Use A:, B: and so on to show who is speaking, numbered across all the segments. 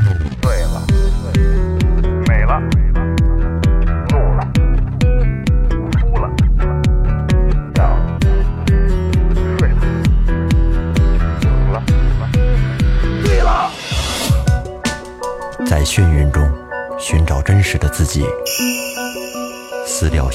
A: 了，美了，怒了，哭了，笑了，睡了，醒了，醉了。
B: 在眩晕中寻找真实的自己，撕掉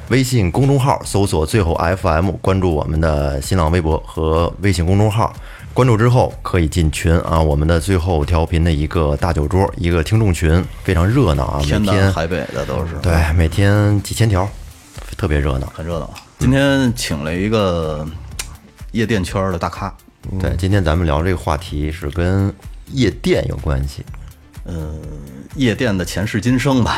B: 微信公众号搜索“最后 FM”，关注我们的新浪微博和微信公众号。关注之后可以进群啊，我们的最后调频的一个大酒桌，一个听众群，非常热闹啊，每
C: 天南
B: 天
C: 海北的都是，
B: 对，每天几千条，特别热闹。
C: 很热闹。今天请了一个嗯夜店圈儿的大咖，
B: 对，今天咱们聊这个话题是跟夜店有关系，
C: 夜店的前世今生吧，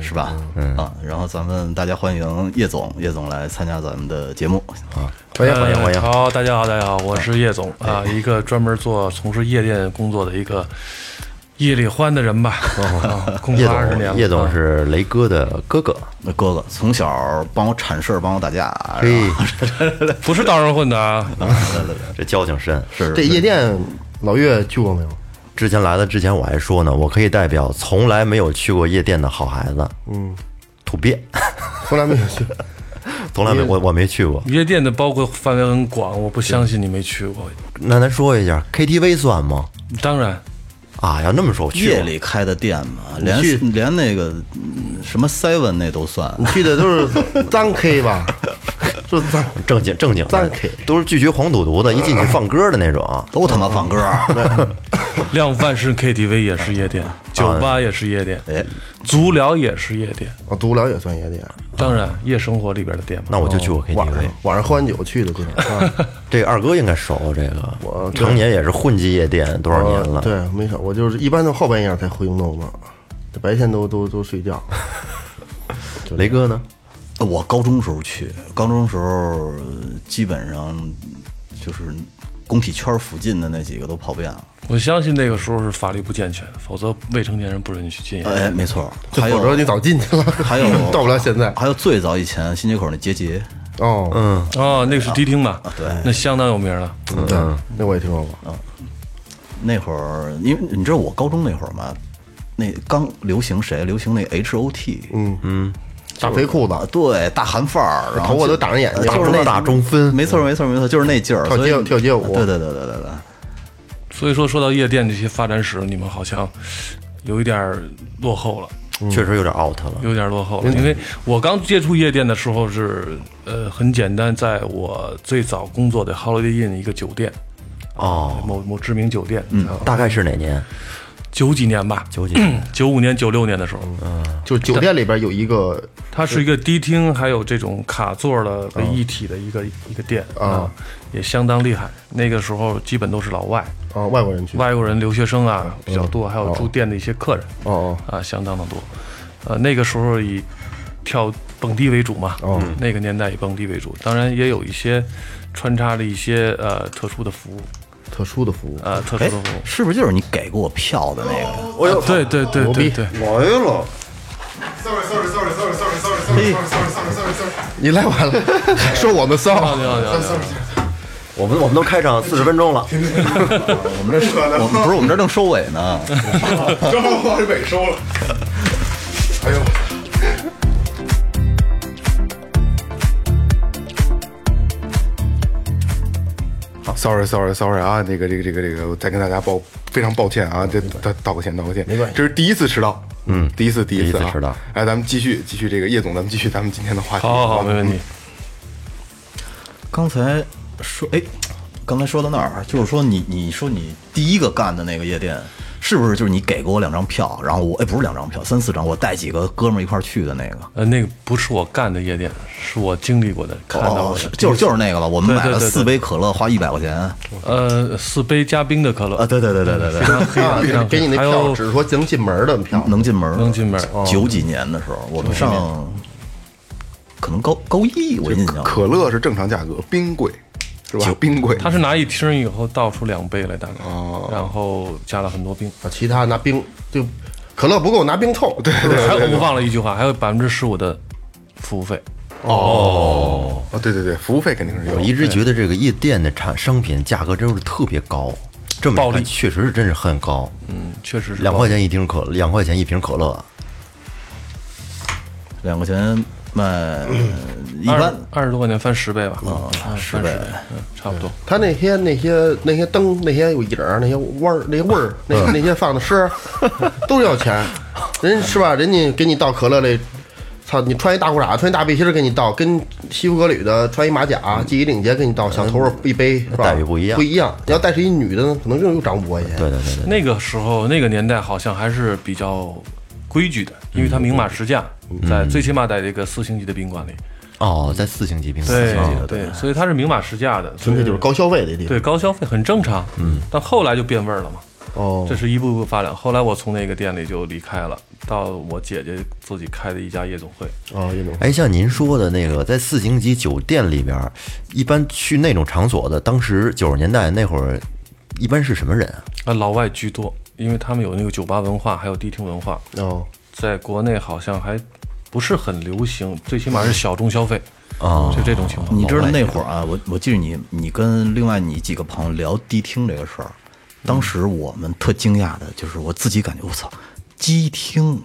C: 是吧？嗯啊，然后咱们大家欢迎叶总，叶总来参加咱们的节目。
B: 欢哎迎欢迎欢迎哎
D: 呃好，大家好，大家好，我是叶总啊，一个专门做从事夜店工作的一个夜里欢的人吧，啊工
B: 叶
D: 作二十年了。
B: 哦总，叶总
D: 啊
B: 是雷哥的哥哥，
C: 那哥哥从小帮我铲事儿，帮我打架，
B: 哎
C: 然后
D: 不是道上混的啊？
B: 这交情深。
C: 是
E: 这夜店，老岳去过没有？
B: 之前来的之前我还说呢，我可以代表从来没有去过夜店的好孩子，嗯，土鳖，
E: 从来没有 去。
B: 从来没我我没去过。
D: 夜店的包括范围很广，我不相信你没去过。
B: 那咱说一下 KTV 算吗？
D: 当然，
B: 啊，要那么说，我去过
C: 夜里开的店嘛，连
E: 去
C: 连那个嗯什么 seven 那都算。
E: 你去的都是脏 K 吧？是脏。
B: 正经正经
E: 咱
B: 的
E: 可以，
B: 都是拒绝黄赌毒的，一进去放歌的那种。啊
C: 都他妈放歌儿，
D: 量贩式 KTV 也是夜店，
B: 啊
D: 酒吧也是夜店，
C: 哎，
D: 足疗也是夜店。
E: 哦，独聊也算夜店。
D: 当然，夜生活里边的店嘛。
B: 那哦我就去过
E: 晚上
B: KTV。
E: 晚上喝完酒去的地方。 啊
B: 这二哥应该熟这个，
E: 我
B: 常年也是混迹夜店多少年了？
E: 哦对，没少。我就是一般都后半夜才回弄呢，这白天都都都睡觉。
B: 雷哥呢？
C: 我高中时候去，高中时候呃基本上就是工体圈附近的那几个都跑遍了。
D: 我相信那个时候是法律不健全，否则未成年人不允许进夜店。
C: 哎，没错儿，
E: 这
C: 还
E: 否则
C: 有
E: 你早进去了，
C: 还有
E: 到不了现在。
C: 还有最早以前新街口那杰杰，
E: 哦，嗯，
B: 哎
D: 哦，那个是迪厅吧？
B: 啊
D: 对，那相当有名了。
E: 对，那我也听说过。
C: 那会儿，因为你知道我高中那会儿嘛，那刚流行谁？流行那 H O T，嗯
E: 大肥裤子
C: 啊，对，大韩范儿，然后
E: 头发
C: 就
E: 都挡着眼睛
C: 呃就是那
B: 大中分
C: 没错没错没错，就是那劲儿，
E: 跳
C: 所以
E: 街舞跳街舞
C: 对对对对对对。
D: 所以说，说到夜店这些发展史，你们好像有一点儿落后了，
B: 确实有点 out 了。
D: 嗯有点儿落后了。因为我刚接触夜店的时候是，呃，很简单，在我最早工作的 Holiday Inn 一个酒店，
B: 哦，
D: 某某知名酒店，啊
B: 大概是哪年？
D: 九几年吧，
B: 九几年？
D: 九五年、九六年的时候，
E: 就是酒店里边有一个
D: 它是一个迪厅，还有这种卡座的为一体的一个一个店啊，也相当厉害。那个时候基本都是老外，
E: 啊、外国人去，
D: 外国人留学生啊比较多，还有住店的一些客人。
E: 哦
D: 啊，相当的多。呃，那个时候以跳蹦迪为主嘛，嗯那个年代以蹦迪为主，当然也有一些穿插着一些呃特殊的服务，
E: 哦，特殊的服务，
D: 呃特殊
C: 哎
D: 的服务。，
C: 是不是就是你给过我票的那个？
D: 我有对对对对对，
E: 来了，你来晚了，说我们骚，
D: 好的好的好的
B: 我们我们都开场四十分钟了，
C: 我们这我们不是我们这正收尾呢，
F: 正好我是尾收了，
G: Sorry，Sorry，Sorry 啊，那个这个这个这个，我再跟大家抱非常抱歉啊，这道道个歉，道个歉，没关系，这是第一次迟到，嗯，第一次，第一次
B: 第一
G: 啊
B: 次迟到
G: 哎，咱们继续继续这个叶总，咱们继续咱们今天的话题，
D: 好好好，
G: 吧
D: 没问
F: 嗯
D: 题。
C: 刚才说，哎，刚才说到那儿，啊就是说你你说你第一个干的那个夜店，是不是就是你给过我两张票，然后我哎不是两张票，三四张，我带几个哥们儿一块儿去的那个？
D: 呃，那个不是我干的夜店，是我经历过的、看到
C: 哦
D: 的，，
C: 就是就是那个吧，我们
D: 对
C: 买
D: 对
C: 了
D: 对对
C: 四杯可乐，花一百块钱啊！
D: 呃，四杯加冰的可乐，
C: 对对对对对对，
D: 非常非常
E: 啊给你那
D: 还
E: 票
D: 有
E: 只是说能进门的票，
C: 能进门儿，
D: 能进门儿哦
C: 九几年的时候，我们上可能高高一，我印象
G: 嗯可乐是正常价格，冰柜是吧？冰柜，
D: 他是拿一听以后倒出两杯来，大概，然后加了很多冰。
E: 啊其他拿冰就可乐不够拿冰凑，对
D: 对，还有我忘了一句话，还有百分之十五的服务费。
G: 哦，对对对，服务费肯定是有
B: 我，一直觉得这个夜店的产商品价格真是特别高，这么一看
D: 暴利
B: 确实是真是很高，
D: 嗯，确实是
B: 两块钱一听可，两块钱一瓶可乐，
C: 两块钱卖一
D: 二
C: 般
D: 二十多块钱翻十倍吧，啊，翻
C: 十
D: 十
C: 倍
D: 倍，嗯，差不多。
E: 他那些那些那些灯、那些影儿、那些味儿、那些 味儿、那那些放的诗， 都要钱。人是吧？人家给你倒可乐那，操！你穿一大裤衩，穿一大背心儿给你倒，跟西服革履的穿一马甲、系一领结给你倒，小头儿一杯，是吧？
B: 嗯待遇不一样
E: 不一样。你要带是一女的呢，可能又又涨五块钱。
B: 对对对对，
D: 那个时候那个年代好像还是比较规矩的，因为它明码实价，在最起码在这个四星级的宾馆里，
B: 哦，在四星级冰
D: 对
B: 啊
D: 对，所以它是明码实价的，
E: 纯粹就是高消费的地方。
D: 对高消费很正常，嗯，但后来就变味儿了嘛。
E: 哦
D: 这，是一步步发展。后来我从那个店里就离开了，到我姐姐自己开的一家夜总会。
E: 哦，叶总，
B: 哎，像您说的那个，在四星级酒店里边儿，一般去那种场所的，当时九十年代那会儿，一般是什么人啊？
D: 啊，老外居多，因为他们有那个酒吧文化，还有迪厅文化，
E: 哦，
D: 在国内好像还不是很流行，最起码是小众消费，
B: 啊、
D: 就这种情况。
C: 你知道那会儿啊，我我记得你你跟另外你几个朋友聊迪厅这个事儿，当时我们特惊讶的，就是我自己感觉我操，机厅。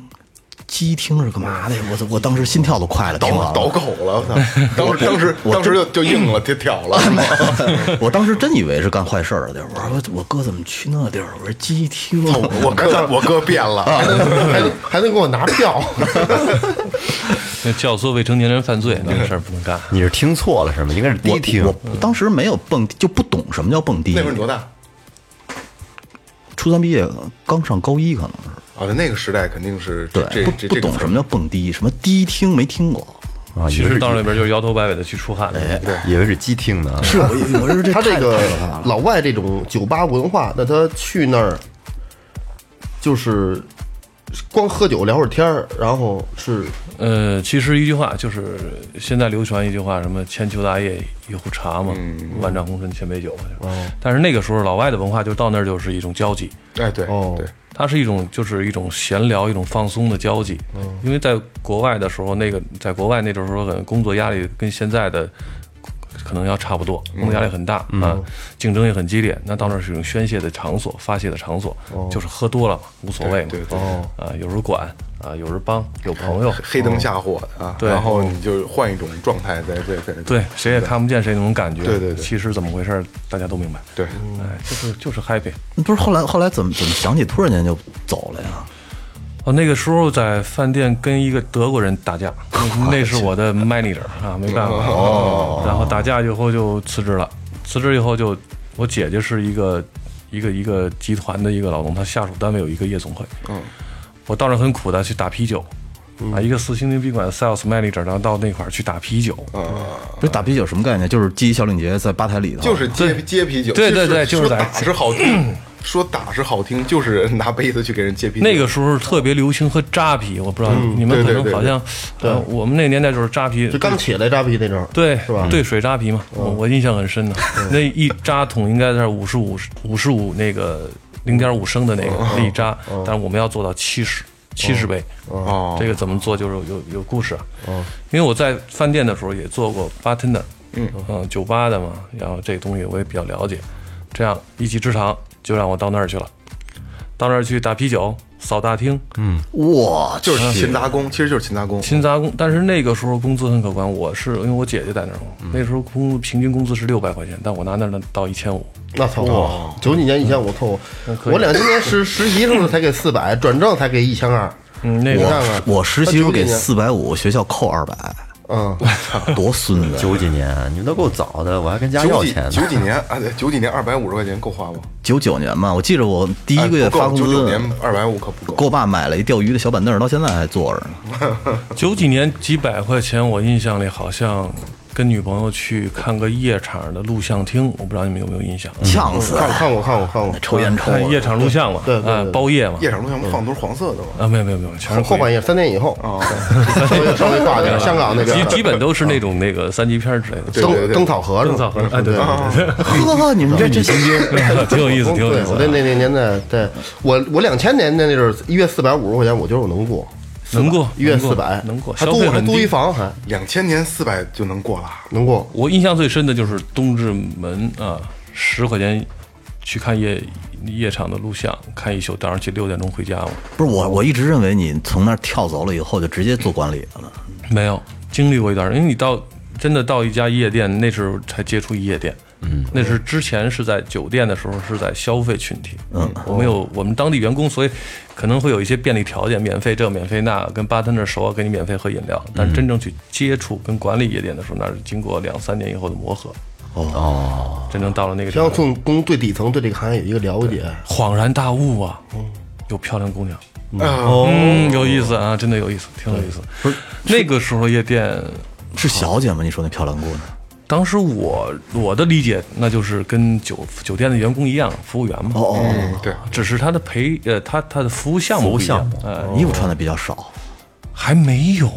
C: 机厅是干嘛的呀？我操！我当时心跳都快了，
G: 倒
C: 听完了
G: 倒狗了，我操！当时当时
C: 啊我
G: 当时就就硬了，就挑了，是吗
C: 我当时真以为是干坏事儿的地儿。我说我哥怎么去那地儿？我说机厅。
G: 哦
C: 啊
G: 我哥我哥变了。哎
E: 还能还能还能给我拿票，
D: 那教唆未成年人犯罪那个事儿不能干。
B: 你是听错了是吗？应该是迪厅
C: 我我当时没有蹦迪，就不懂什么叫蹦
G: 嗯
C: 迪。
G: 那会儿你多大？啊
C: 初三毕业，刚上高一，可能是，
F: 哦
G: 那那个时代肯定是这这
C: 对，不
G: 这
C: 不
G: 这个
C: 懂什么叫蹦迪，什么迪厅没听过。
B: 啊，以
D: 其
B: 为
D: 实
B: 是
D: 到那边就是摇头摆尾的去出汗的。
C: 哎
B: 以为是机厅呢。
C: 是我我是 这
E: 他这
C: 太
E: 个
C: 太可怕了
E: 老外这种酒吧文化，那他去那儿就是光喝酒聊会儿天儿，然后是
D: 呃，其实一句话就是现在流传一句话，什么“千秋大业一壶茶”嘛，“
C: 嗯
D: 万丈红尘千杯酒”嘛。
C: 哦
D: 就是但是那个时候老外的文化就到那儿就是一种交际，
G: 哎对
E: 哦
G: 对，
D: 它是一种就是一种闲聊，一种放松的交际。
G: 嗯
D: 因为在国外的时候，那个在国外那种时候，可能工作压力跟现在的可能要差不多，
G: 嗯
D: 工作压力很大、啊，竞争也很激烈。那到那儿是一种宣泄的场所，发泄的场所，就是喝多了嘛，无所谓嘛。
G: 哦对对对
D: 哦啊，有人管啊，有人帮，有朋友。 哦
G: 黑灯瞎火的啊，
D: 对
G: 然后你就换一种状态，再再再
D: 对，谁也看不见谁那种感觉。
G: 对对嗯对
D: 其实怎么回事儿，大家都明白。
G: 对，
D: 哎，就是就是 happy。
C: 不是后来后来怎么怎么想起突然间就走了呀？
D: 哦，那个时候在饭店跟一个德国人打 架，那那是我的 manager 啊，没办法。哦，然后打架以后就辞职了，辞职以后就我姐姐是一个一个一个集团的一个老总，她下属单位有一个夜总会。嗯，我到那儿很苦的去打啤酒。
G: 嗯
D: 啊，一个四星级宾馆 sales manager，然后到那块儿去打啤酒，
G: 啊
C: 这打啤酒什么概念？就是系一小领结在吧台里头，
G: 就是接接啤酒，
D: 对对
G: 其实说
D: 对就是在
G: 打是好听，说打是好听，就是拿杯子去给人接啤酒。
D: 那个时候特别流行喝扎啤，我不知道、你们
G: 嗯对
D: 可
G: 对
D: 能
G: 对
D: 好
G: 对
D: 像，呃我们那个年代就是扎啤，
E: 就刚起来扎啤那阵儿，
D: 对，
E: 是吧？嗯
D: 对水扎啤嘛，我我印象很深的， 那一扎桶应该在五十五五十五那个零点五升的那个
E: 嗯
D: 那一扎，但是我们要做到七十七十杯，
E: 嗯
G: 哦，
D: 这个怎么做就是有有有故事啊。因为我在饭店的时候也做过 bartender，嗯酒吧的嘛，然后这个东西我也比较了解，这样一技之长就让我到那儿去了。到那儿去打啤酒、扫大厅、
F: 哇，就是勤杂工，其实就是勤杂工。
D: 勤杂工。但是那个时候工资很可观，我是因为我姐姐在那儿嘛，那时候工资平均工资是六百块钱，但我拿那儿能到一千五。
E: 那操！九几年以前我扣，
D: 以
E: 我两千年实实习时候才给四百，转正才给一千二。
D: 嗯，那
E: 你
D: 个
E: 看看
C: 我实习时候给
E: 他九
C: 四百五，学校扣二百，
E: 嗯，
C: 多孙子！
B: 九几年，你们都够早的，我还跟家要
F: 九几
B: 钱呢。
F: 九几年啊，对，九几年二百五十块钱够花吗？
C: 九九年吧，我记着我第
F: 哎
C: 一个月
F: 不
C: 发
F: 够，
C: 工
F: 九九
C: 资，
F: 年二百五可不
C: 给
F: 够。
C: 我爸买了一钓鱼的小板凳，到现在还坐着呢。
D: 九几年几百块钱，我印象里好像跟女朋友去看个夜场的录像厅，我不知道你们有没有印象？
C: 呛死！
E: 看看过看过看过，
C: 抽烟抽
D: 嗯哎看夜
C: 的，
D: 场录像嘛，
E: 对对对
D: 啊包夜嘛，
F: 夜场录像不放都是黄色的吗？
D: 啊，没有没有没有，全是
E: 后半夜三点以后， 稍微稍微挂 点香港那边
D: 哦基基本都是那种那个三级片儿之类的，
F: 对对
E: 灯
F: 对
E: 灯草盒是吧？
D: 灯草盒哎对对
E: 对
C: 呵，你们这这
D: 对， 挺有意 思，挺有意思
E: 我在
D: 的，
E: 那那年代，对我我两千年的那阵儿，一月四百五十块钱，我觉得我能过，
D: 能过
E: 一月
D: 能过
E: 四百
D: 能过，
E: 还
D: 消
E: 租
D: 费
E: 还
D: 很
E: 租一
D: 低。
E: 房还
F: 两千年四百就能过了。
E: 能过，
D: 我印象最深的就是东直门啊，十块钱去看夜夜场的录像，看一宿，早上起六点钟回家嘛。
C: 不是我，我一直认为你从那儿跳走了以后就直接做管理了呢。
D: 没有经历过一段，因为你到真的到一家夜店，那时候才接触夜店。嗯，那是之前是在酒店的时候是在消费群体。嗯，我们有我们当地员工，所以可能会有一些便利条件，免费这免费那，跟巴特那熟啊，给你免费喝饮料。但真正去接触跟管理夜店的时候，那是经过两三年以后的磨合。哦，真正到了那个地
E: 像
D: 方，
E: 从工对底层对这个行业有一个了解，
D: 恍然大悟啊，有漂亮姑娘。
F: 啊，
D: 嗯，有意思啊，真的有意思，挺有意思。不是那个时候夜店，
C: 是小姐吗？你说那漂亮姑娘？
D: 当时我我的理解，那就是跟酒酒店的员工一样，服务员嘛。
C: 哦哦，
F: 嗯，对，
D: 只是他的陪呃，他他的服务项目不一样
B: 服务项
D: 呃，
C: 衣服穿的比较少，
D: 还没有，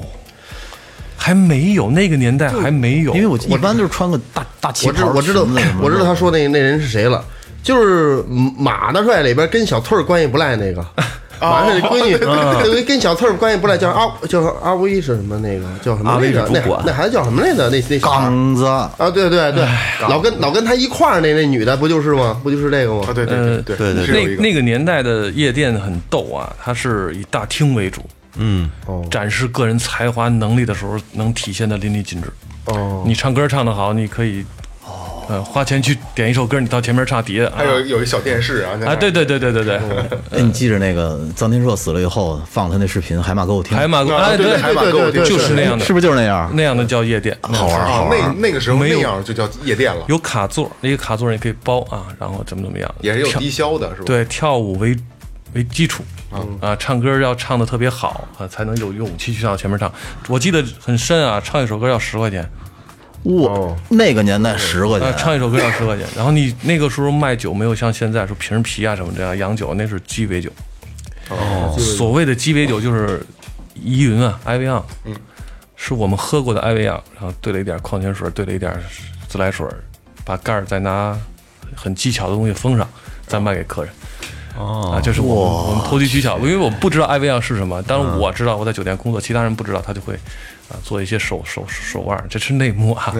D: 还没有，那个年代还没有，
C: 因为我一般就是穿个大大旗
E: 我知
C: 袍。
E: 我知道
C: 裙子什么的
E: 我知道他说那那人是谁了，就是嗯马大帅里边跟小翠儿关系不赖那个。
C: 哦
E: 马上那闺 女，
C: 嗯
E: 跟跟小翠儿关系不赖，叫阿叫阿威是什么那个叫什么
B: 阿
E: 那
B: 威
E: 个
B: 是
E: 那
B: 主管
E: 那孩子叫什么来着？那那小孩儿
C: 刚子，
E: 啊，对对
D: 哎
E: 对，老跟老跟他一块儿那那女的不就是吗？不就是这个吗
F: 啊？对对对
B: 对对
F: 是有一
D: 那
F: 个
D: 那个年代的夜店很逗啊，它是以大厅为主，
B: 嗯，
F: 哦
D: 展示个人才华能力的时候，能体现的淋漓尽致。
E: 哦，
D: 你唱歌唱得好，你可以，
F: 哦
D: 呃，花钱去点一首歌，你到前面唱底下
F: 还有有一哦小电视啊，
D: 啊，对对对对对对，
C: 哎，你记着那个臧天朔死了以后放他那视频，海马给我听，
D: 海马
F: 那
D: 哎
F: 对
D: 对
F: 海马
E: 对
F: 给我
E: 对
F: 听
E: 对
D: 就是那样的
C: 是不是就是那样？
D: 那样的叫夜店，好玩
F: 啊，那那个时候
D: 没有
F: 那样就叫夜店了，
D: 有卡座，那个卡座你可以包啊，然后怎么怎么样，
F: 也是有
D: 跳
F: 低消的，是吧？
D: 对跳舞为为基础啊，唱歌要唱的特别好啊，才能有有勇气去到前面唱。我记得很深啊，唱一首歌要十块钱哦
C: 我那个年代十块
D: 啊，
C: 钱，
D: 唱一首歌要十块钱。然后你那个时候卖酒没有像现在说瓶啤啊什么这样洋酒，那是鸡尾酒。哦，所谓的鸡尾酒就是依云啊，艾维昂，嗯，是我们喝过的艾维昂，然后兑了一点矿泉水，兑了一点自来水，把盖儿再拿很技巧的东西封上，再卖给客人。哦，啊，这是我们我们投机取巧，因为我不知道艾维昂是什
C: 嗯
D: 么，但是我知道我在酒店工作，其他人不知道，他就会啊做一些手手手腕儿，这是内幕啊，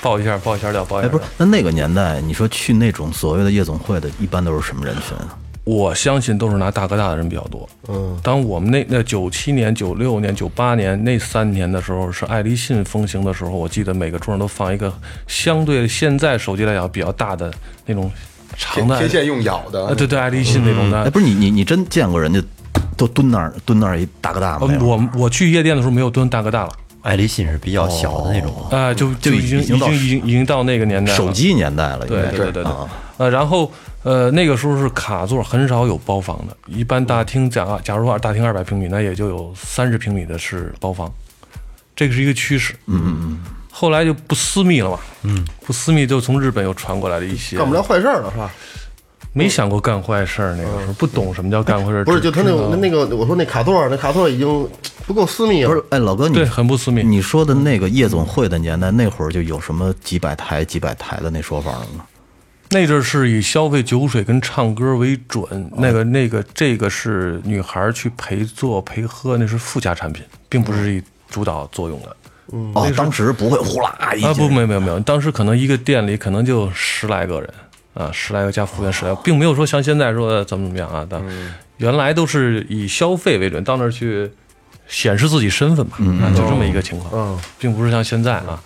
D: 爆一下爆一下料，爆一
C: 哎，
D: 下
C: 不
D: 料。
C: 是，那那个年代，你说去那种所谓的夜总会的，一般都是什么人群啊？
D: 我相信都是拿大哥大的人比较多。嗯，当我们那那九七年、九六年、九八年那三年的时候，是爱立信风行的时候，我记得每个桌上都放一个相对现在手机来讲比较大的那种
F: 贴
D: 长的
F: 贴现用咬
D: 啊，
F: 的，
D: 对对，爱立信那种的。
C: 哎，不是你你你真见过人家都蹲那儿蹲那儿一大哥大吗？
D: 呃
C: 那种
D: 我我去夜店的时候没有蹲大哥大了，
B: 爱立信是比较小的那种，
F: 哦
D: 啊、就就已经
C: 已
D: 已
C: 经
D: 经
C: 到
D: 已经已经到那个年代了。
C: 手机年代了，
D: 对
C: 应该是
D: 对对对对
C: 啊，
D: 呃，然后呃，那个时候是卡座，很少有包房的。一般大厅假假如说大厅二百平米，那也就有三十平米的是包房，这个是一个趋势。嗯嗯嗯。后来就不私密了嘛，嗯，不私密就从日本又传过来的一些，
E: 干不了坏事儿了是吧？
D: 没想过干坏事儿。那个时候不懂什么叫干坏事儿，
E: 哎不是，就他那
D: 知道
E: 个那个，我说那卡座儿，那卡座儿已经不够私密了。
C: 不是，哎，老哥，你
D: 对，很不私密。
C: 你说的那个夜总会的年代，那会儿就有什么几百台、几百台的那说法了吗？
D: 嗯那阵儿是以消费酒水跟唱歌为准，那个那个这个是女孩儿去陪坐陪喝，那是附加产品，并不是以主导作用的。
C: 哦，当时不会呼啦一
D: 啊，不，
C: 进
D: 没有没有没有，当时可能一个店里可能就十来个人啊，十来个加服务员，十来个，并没有说像现在说怎么怎么样啊但原来都是以消费为准，到那儿去显示自己身份吧，啊，就这么一个情况，嗯，并不是像现在啊，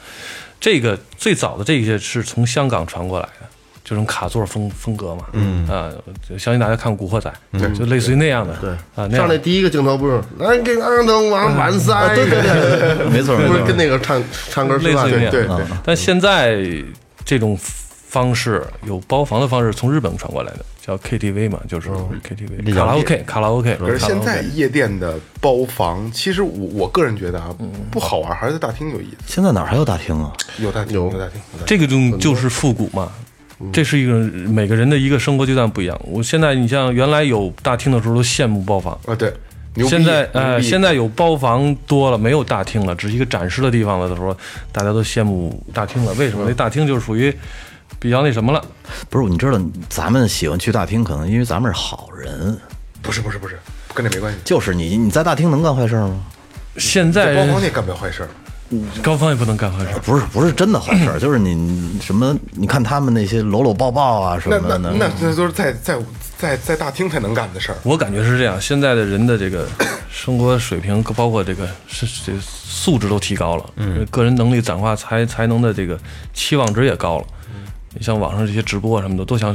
D: 这个最早的这些是从香港传过来的，就这种卡座风风格嘛，嗯啊，就相信大家看《古惑仔》，就类似于那样的，对啊，那
E: 上
D: 样
E: 来
D: 的
E: 第一个镜头不是来给安东王完塞，对对对，
C: 没错，没
E: 不是
C: 错
E: 跟那个唱唱歌吃
D: 类似
E: 饭
D: 于那
E: 对
D: 样，啊
F: 对对，
D: 但现在这种方式有包房的方式，从日本传过来的，叫 KTV 嘛，就是 KTV 卡拉 OK 卡拉 OK。
F: 可是现
D: 卡拉
F: 在
D: OK
F: 夜店的包房，其实我我个人觉得啊，不好玩，还是在大厅有意思。
C: 现在哪儿还有大厅啊？
F: 有大厅，有大厅，有大厅
D: 这个东就是复古嘛，这是一个每个人的一个生活阶段不一样。我现在你像原来有大厅的时候都羡慕包房，
F: 啊，对，牛逼
D: 现在呃
F: 牛逼
D: 现在有包房多了，没有大厅了，只是一个展示的地方了的时候，大家都羡慕大厅了。为
F: 嗯
D: 什么？那大厅就是属于比较那什么了。
C: 不是，你知道咱们喜欢去大厅，可能因为咱们是好人，
F: 不是不是不是，跟这没关系。
C: 就是你你在大厅能干坏事儿吗？
D: 现在
F: 在包房内干不了坏事儿，
D: 高方也不能干坏事。
C: 不是，不是真的坏 事儿，就是你你什么，你看他们那些搂搂抱抱啊什
F: 那
C: 么
F: 那
C: 的，
F: 那那都是在在在在大厅才能干的事儿。
D: 我感觉是这样，现在的人的这个 生活水平，包括这个是这素质都提高了，嗯，个人能力转化才才能的这个期望值也高了。你像网上这些直播啊什么的，都想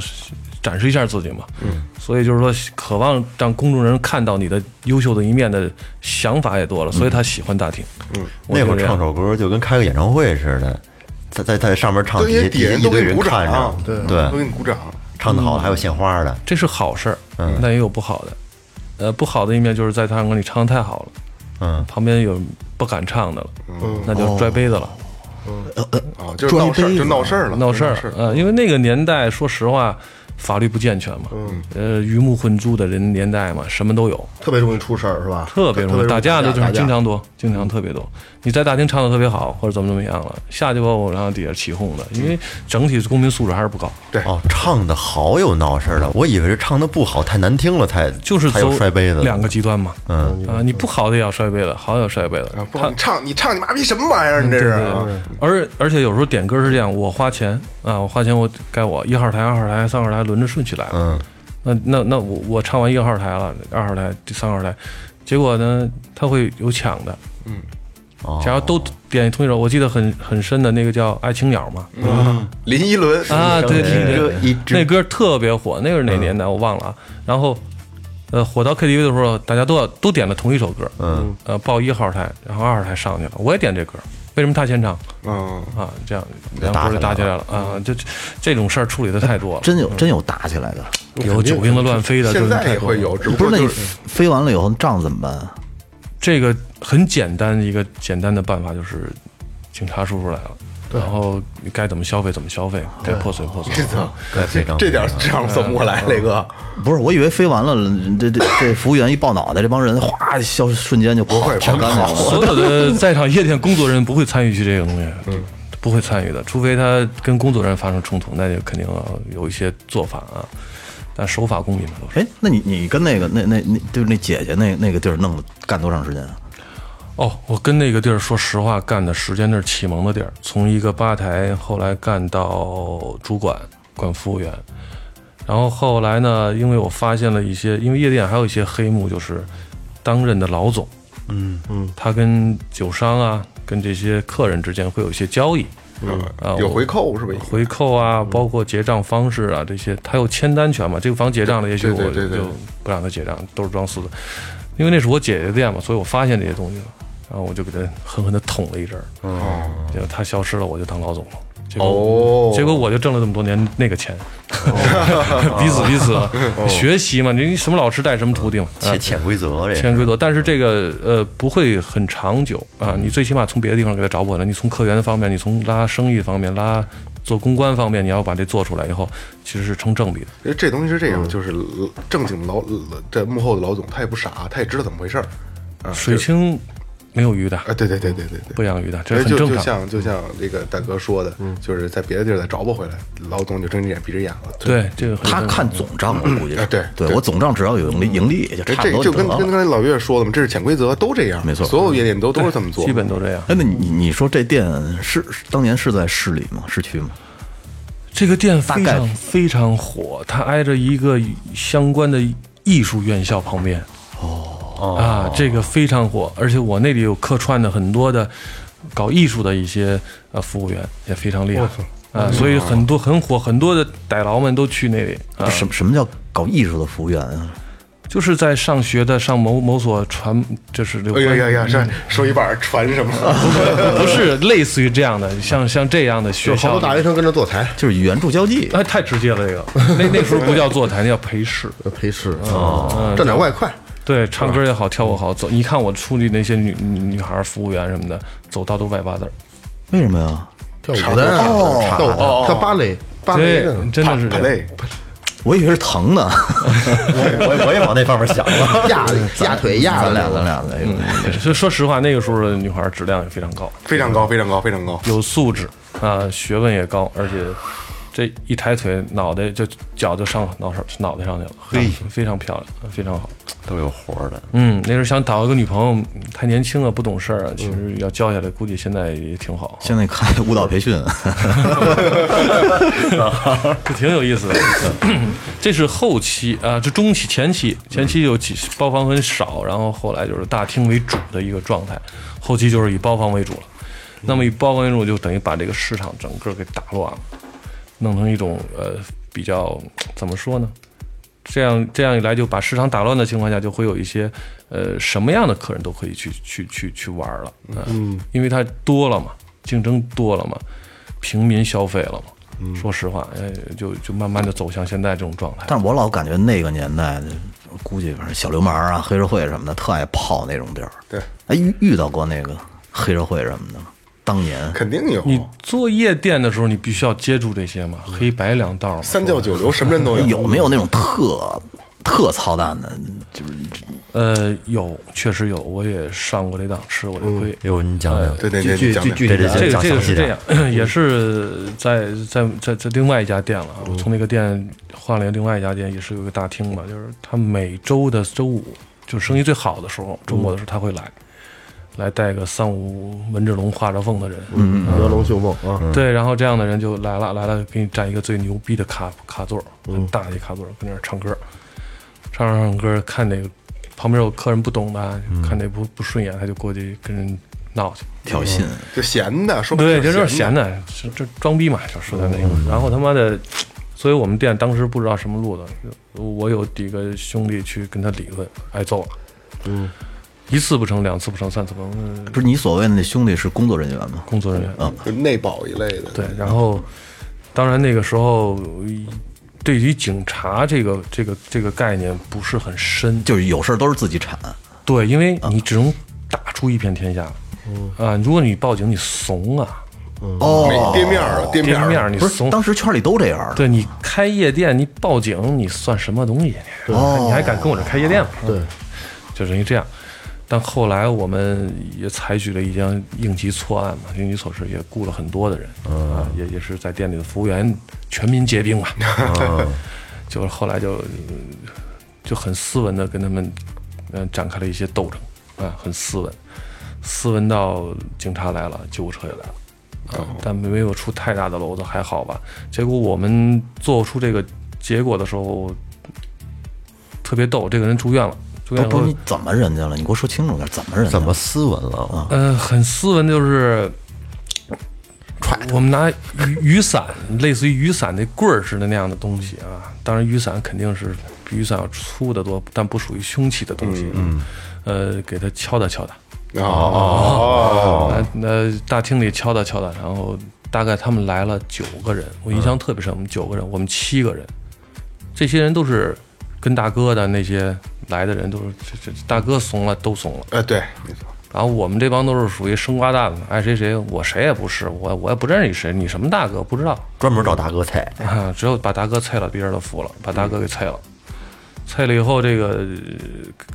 D: 展示一下自己嘛，嗯，所以就是说，渴望让公众人看到你的优秀的一面的想法也多了，所以他喜欢大厅。嗯，
B: 那会儿唱首歌就跟开个演唱会似的，在在在上面唱，
F: 对，因为
B: 底
F: 底
B: 下
F: 人
B: 一
F: 都
B: 堆
F: 给你
B: 人
F: 鼓掌
B: 看着
F: 啊，，
B: 对
F: 都给你鼓掌。
B: 唱的好的还有献花的，
D: 这是好事儿，嗯，但也有不好的。呃，不好的一面就是在唱歌你唱的太好了，
B: 嗯，
D: 旁边有不敢唱的了，嗯，那就拽杯子了。
C: 呃
F: 啊，就是闹事儿，就闹事儿了，
D: 闹事儿
F: 就，
D: 呃，因为那个年代，说实话，法律不健全嘛，呃，鱼目混珠的人年代嘛，什么都有，
E: 特别容易出事儿是吧？
D: 特别容易打架的，嗯就是经
F: 啊
D: 常多，经常特别多。你在大厅唱的特别好，或者怎么怎么样了，下去吧，我然后底下起哄的，因为整体公民素质还是不高，
B: 哦，唱的好有闹事儿的，我以为是唱的不好太难听了才
D: 就是
B: 才有
D: 走
B: 摔杯子，
D: 两个极端嘛，嗯啊，你不好的也要摔杯子，好的也要摔杯子
F: 啊，，不，你唱你唱你妈逼什么玩意儿？你这是啊
D: 嗯
B: 嗯
D: 而而且有时候点歌是这样，我花钱啊，我花钱我该我一号台、二号台、三号台轮着顺序来嘛。
B: 嗯
D: 那那那我我唱完一个号台了，二号台、第三号台，结果呢，他会有抢的，
B: 哦，
D: 假如都点同一首，我记得很很深的那个叫《爱情鸟》嘛，
F: 嗯林依轮
D: 嗯啊，对对对，
B: 一只
D: 那歌特别火，那个是
B: 嗯
D: 哪年的我忘了啊。然后，呃，火到 KTV 的时候，大家都要都点了同一首歌，
B: 嗯，
D: 呃，报一号台，然后二号台上去了，我也点这歌，为什么他先唱
F: 嗯，
D: 啊？这样两拨就打起来了啊！这这这种事儿处理的太多了，
C: 真有真有打起来的，
D: 有酒瓶子乱飞的，
F: 现
D: 真的
F: 在
D: 太
F: 也
D: 多了
F: 会有，只不
C: 不是？
F: 过
C: 那你
F: 就
C: 飞完了以后仗怎么办啊？
D: 这个很简单，一个简单的办法就是，警察叔叔来了，然后你该怎么消费怎么消费，该破碎破碎。
B: 这张啊
F: 这点儿这样算不过来，
D: 嗯
F: 磊哥。
C: 不是，我以为飞完了，这这这服务员一抱脑袋，这帮人哗消瞬间就跑
F: 会
C: 跑干净了。
D: 所有的在场夜店工作人员不会参与去这个东西，
F: 嗯
D: 不会参与的，除非他跟工作人员发生冲突，那就肯定要有一些做法啊。但守法公民嘛都是。
C: 哎，那你你跟那个那那那就是那姐姐那那个地儿弄了干多长时间啊？
D: 哦，我跟那个地儿说实话干的时间那是启蒙的地儿，从一个吧台后来干到主管，管服务员，然后后来呢，因为我发现了一些，因为夜店还有一些黑幕，就是当任的老总，嗯嗯，他跟酒商啊，跟这些客人之间会有一些交易，啊
F: 嗯有回扣是吧？
D: 回扣啊，
F: 嗯
D: 包括结账方式啊，这些他有签单权嘛？这个房结账了，也许
F: 对
D: 我
F: 对
D: 就
F: 对对
D: 不让他结账，都是装死的，因为那是我姐姐店嘛，所以我发现这些东西了，然后我就给他狠狠的捅了一阵儿，
F: 嗯
D: 结果他消失了，我就当老总了。结果
F: 哦
D: 结果我就挣了这么多年那 个钱，彼此彼此啊
F: 哦
D: 学习嘛，你什么老师带什么徒弟嘛，啊
B: 潜潜规则
F: 哎
B: 这
D: 潜
B: 个
D: 规则，但是这个呃不会很长久啊。
F: 嗯
D: 你最起码从别的地方给他找补来，你从客源方面，你从拉生意方面，拉做公关方面，你要把这做出来以后，其实是成正比的。
F: 因为这东西是这
D: 嗯
F: 样，就是正经老这幕后的老总，他也不傻，他也知道怎么回事儿啊。
D: 水
F: 就
D: 清没有鱼的，
F: 啊，对对对对对对。
D: 不养鱼的，这
F: 哎，
D: 是很
F: 就
D: 正
F: 就
D: 常。嗯
F: 像就像这个大哥说的，就是在别的地儿再找不回来，老总就睁只眼闭只眼了。
D: 对，这个很
C: 他
D: 正常
C: 看总账，我估计是。
F: 嗯哎对
C: 对
F: 对
C: 我总账只要有盈利，盈利也就
F: 哎，
C: 差
F: 这
C: 不多
F: 就
C: 得
F: 跟跟
C: 了。
F: 刚才老岳说的嘛，这是潜规则，都这样，
C: 没错
F: 所有夜店都都是这么做，
D: 基本都这样。
C: 哎，那你你说这店是是当年是在市里吗？市区吗？
D: 这个店
C: 大
D: 非
C: 概
D: 常非常火，它挨着一个相关的艺术院校旁边。哦啊，这个非常火，而且我那里有客串的很多的搞艺术的一些呃服务员，也非常厉害。啊，所以很多很火，很多的歹劳们都去那里啊，
C: 什么什么叫搞艺术的服务员啊？
D: 就是在上学的上某某所传，就是有
F: 哎
D: 关
F: 呀呀呀，这手一板传什么？
D: 不是类似于这样的，像像这样的学
E: 有好
D: 校
E: 多大
D: 里，
E: 学生跟着坐台
C: 就是援助交际，
D: 哎，太直接了，这个那那时候不叫坐台，那叫陪侍。
E: 陪侍啊，挣点外快。
D: 对，唱歌也好，跳舞好，走。你看我出去那些女女女孩儿服务员什么的，走道都外八字儿。
C: 为什么呀？
E: 跳舞的，跳舞跳芭蕾，芭蕾
D: 对
E: 呢，
D: 真的是
F: 太
D: 这样。
F: 累，
C: 我以为是疼呢。
B: 我也我也往那方面想了。
E: 压压腿压的
C: 咱
E: 那
F: 嗯
C: 俩
E: 个
C: 咱俩来，
D: 对所以 说实话，那个时候的女孩儿质量也非常高，
F: 非常高，非常高，非常高。
D: 有素质啊、学问也高，而且这一抬腿，脑袋就脚就上脑上脑袋上去了，嘿，非常漂亮，非常好。
B: 都有活儿的，
D: 嗯，那时候想找一个女朋友，嗯太年轻了，不懂事儿，其实要教下来，估计现在也挺好，
C: 现在开 舞蹈培训，
D: 这 挺有意思的。嗯这是后期啊，这中期、前期，前期有几包房很少，然后后来就是大厅为主的一个状态，后期就是以包房为主了。那么以包房为主，就等于把这个市场整个给打乱了，弄成一种呃比较怎么说呢？这样这样一来，就把市场打乱的情况下，就会有一些呃什么样的客人都可以去去去去玩了，嗯，因为它多了嘛，竞争多了嘛，平民消费了嘛。说实话，呃，就就慢慢的走向现在这种状态。
C: 但是我老感觉那个年代，估计反正小流氓啊、黑社会什么的，特爱泡那种地儿。
F: 对，
C: 哎，遇遇到过那个黑社会什么的吗，当年
F: 肯定有。
D: 你做夜店的时候，你必须要接触这些嘛，黑白两道嘛。
F: 三教九流什么人都有，
C: 有没有那种特特操蛋的？就是
D: 呃，有，确实有，我也上过这当，吃过这亏。
B: 哟，哎你讲讲，
F: 对对
E: 具
F: 对，
E: 具
F: 你讲
E: 具
F: 讲
E: 具体
B: 对对
E: 的
B: 对
D: 这个
B: 讲
D: 这个
B: 啊详细
D: 是这
B: 点
D: 样， 也是在在在在另外一家店了啊。我从那个店换了另外一家店，也是有一个大厅吧，就是他每周的周五，就是生意最好的时候，周末的时候他会来，来带个三五文志龙、画着凤的人，嗯
E: 游龙秀梦啊，
D: 对，然后这样的人就来了，来了给你占一个最牛逼的卡卡座，很大的一卡座，跟那儿唱歌，唱着唱歌，看哪个旁边有客人不懂的，啊看哪不不顺眼，他就过去跟人闹去。
C: 挑衅，
F: 就闲的，说白了
D: 对，这就是
F: 是
D: 闲
F: 的。
D: 的，这这装逼嘛，就说的那个。然后他妈的，所以我们店当时不知道什么路子，我有几个兄弟去跟他理论，挨揍了。嗯，一次不成，两次不成，三次不成，
C: 嗯不是你所谓的那兄弟是工作人员吗？
D: 工作人员。
F: 就内保一类的，
D: 对，然后当然那个时候对于警察这个这个这个概念不是很深，
C: 就是有事儿都是自己铲，
D: 对，因为你只能打出一片天下。啊，如果你报警，你怂啊，
C: 哦
F: 没跌面儿了，跌
D: 店
F: 面儿
D: 面
F: 了，
D: 儿你
C: 不是
D: 怂。
C: 当时圈里都这样。，
D: 对你开夜店，你报警，你算什么东西？你你还敢跟我这开夜店吗？对，就等于这样。但后来我们也采取了一项应急措案嘛，应急措施也雇了很多的人，啊，也也是在店里的服务员全民皆兵嘛， 就是后来就就很斯文的跟他们嗯、呃展开了一些斗争啊，很斯文，斯文到警察来了，救护车也来了。啊，
C: 哦
D: 但没有出太大的篓子，还好吧。结果我们做出这个结果的时候，特别逗，这个人住院了，
C: 不
D: 住院
C: 是哦
D: 以
C: 不
D: 后
C: 是，你怎么人家了？你给我说清楚点，怎么人家？
B: 怎么斯文
F: 啊
B: 了？
D: 嗯、很斯文，就是我们拿雨雨伞，类似于雨伞那棍儿似的那样的东西啊。当然，雨伞肯定是比雨伞要粗得多，但不属于凶器的东西。嗯，呃，给他敲打敲打，
F: 哦，
D: 那那大厅里敲打敲打，然后大概他们来了九个人，我印象特别深。我们九个人，我们七个人，这些人都是跟大哥的那些来的人，都是这这大哥怂了都怂了。
F: 哎，对，没错，
D: 然后我们这帮都是属于生瓜蛋子，爱谁谁，我谁也不是，我我也不认识你谁，你什么大哥不知道
B: 专门找大哥菜，
D: 啊，只有把大哥菜了，别人都服了，把大哥给菜了。菜了以后，这个呃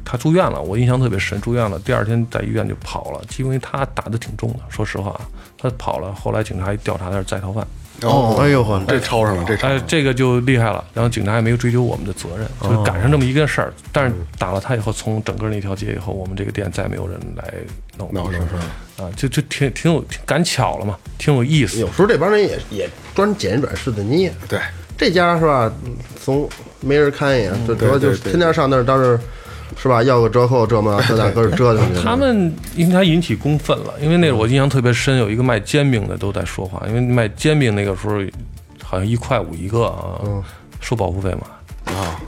D: 他住院了，我印象特别深，住院了，第二天在医院就跑了，因为他打的挺重的，说实话啊，他跑了，后来警察一调查他是在逃犯，
F: 哦，
B: 哎呦呵，
F: 这抄上了，这抄上
D: 哎
F: 了，，
D: 这个就厉害了。然后警察也没有追究我们的责任，就是赶上这么一个事
F: 哦
D: 儿。但是打了他以后，从整个那条街以后，我们这个店再没有人来弄
F: 闹事儿
D: 啊，就就挺挺有挺赶巧了嘛，挺有意思
E: 有。时候这帮人也也专捡软柿子捏。
F: 对，
E: 这家是吧，从没人看一眼，就主要就是
F: 对对
E: 天天上那儿，到这儿是吧，要个折扣这嘛这那搁这折腾去。
D: 他们应该引起公愤了，因为那我印象特别深，有一个卖煎饼的都在说话，因为卖煎饼那个时候好像一块五一个啊，收保护费嘛。啊，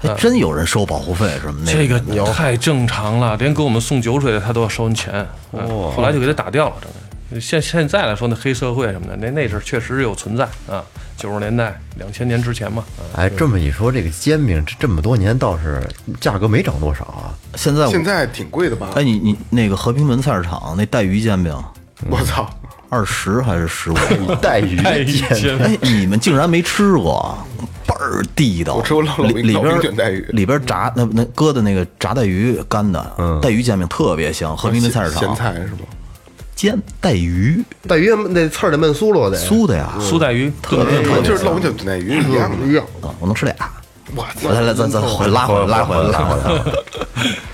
C: 还真有人收保护费什么的。
D: 这个太正常了，连给我们送酒水的他都要收你钱。哦，后来就给他打掉了，整个。现现在来说，那黑社会什么的，那那是确实有存在啊。九十年代、两千年之前嘛，啊，
B: 哎，这么一说，这个煎饼这这么多年倒是价格没涨多少啊，
C: 现在我
F: 现在挺贵的吧？
C: 哎，你你那个和平门菜市场那带鱼煎饼，
F: 我操，
C: 二十还 是十五？
B: 带鱼煎饼。
C: 哎，你们竟然没吃过，倍儿地道。
F: 我吃过烙
C: 里
F: 饼
C: 里
F: 烙
C: 边
F: 饼卷带鱼
C: 里边炸那那搁的那个炸带鱼干的，带鱼煎饼特别香。和平门菜市
F: 咸
C: 场
F: 菜哎是吗？
C: 煎带鱼
E: 带鱼那刺儿得焖酥了得，
C: 酥的呀，
D: 苏带鱼特
C: 别特别
F: 就是烙饼卷卷带鱼一样的。
E: 鱼
C: 啊我能吃俩。
F: 我操，
C: 来来，咱咱回拉回来拉回来拉回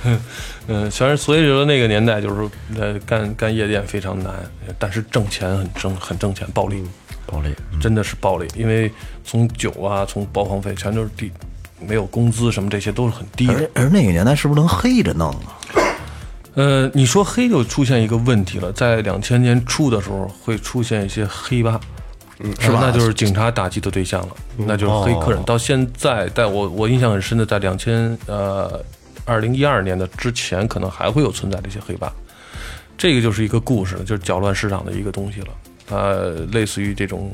C: 来。
D: 嗯，全是所以说那个年代就是呃干干夜店非常难，但是挣钱很挣很挣钱，暴利，
B: 暴力，
D: 真的是暴利，因为从酒啊，从包房费全都是低，没有工资什么这些都是很低的。
C: 而而那个年代是不是能黑着弄啊？
D: 呃，你说黑就出现一个问题了，在两千年初的时候会出现一些黑吧，嗯是吧？那嗯哦就是警察打击的对象了，那就是黑客人。到现在，在我我印象很深的，在两千呃二零一二年的之前，可能还会有存在的一些黑吧。这个就是一个故事了，就是搅乱市场的一个东西了。呃，类似于这种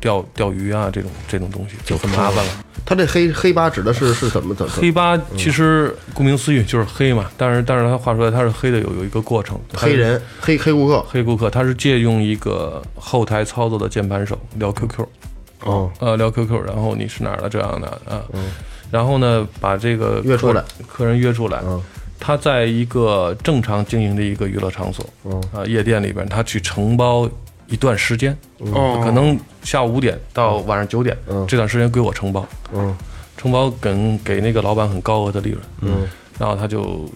D: 钓钓鱼啊，这种这种东西就很麻烦嗯了。
E: 他这黑黑八指的是是怎么怎么？
D: 黑八其实顾名思义就是黑嘛，但是但是他话说它是黑的有有一个过程，它
E: 黑
D: 是
E: 人黑黑顾客
D: 黑顾客，他是借用一个后台操作的键盘手聊 QQ，
E: 哦，
D: 呃，聊 QQ，然后你是哪儿的这样的啊，然后呢，把这个
E: 嗯约出来嗯
D: 客客人约出来，他在一个正常经营的一个娱乐场所，
E: 嗯
D: 啊，夜店里边，他去承包一段时间，
E: 嗯
F: 哦
D: 可能下午五点到晚上九点这段时间归我承包，
E: 嗯
D: 承包给给那个老板很高额的利润，嗯，然后他就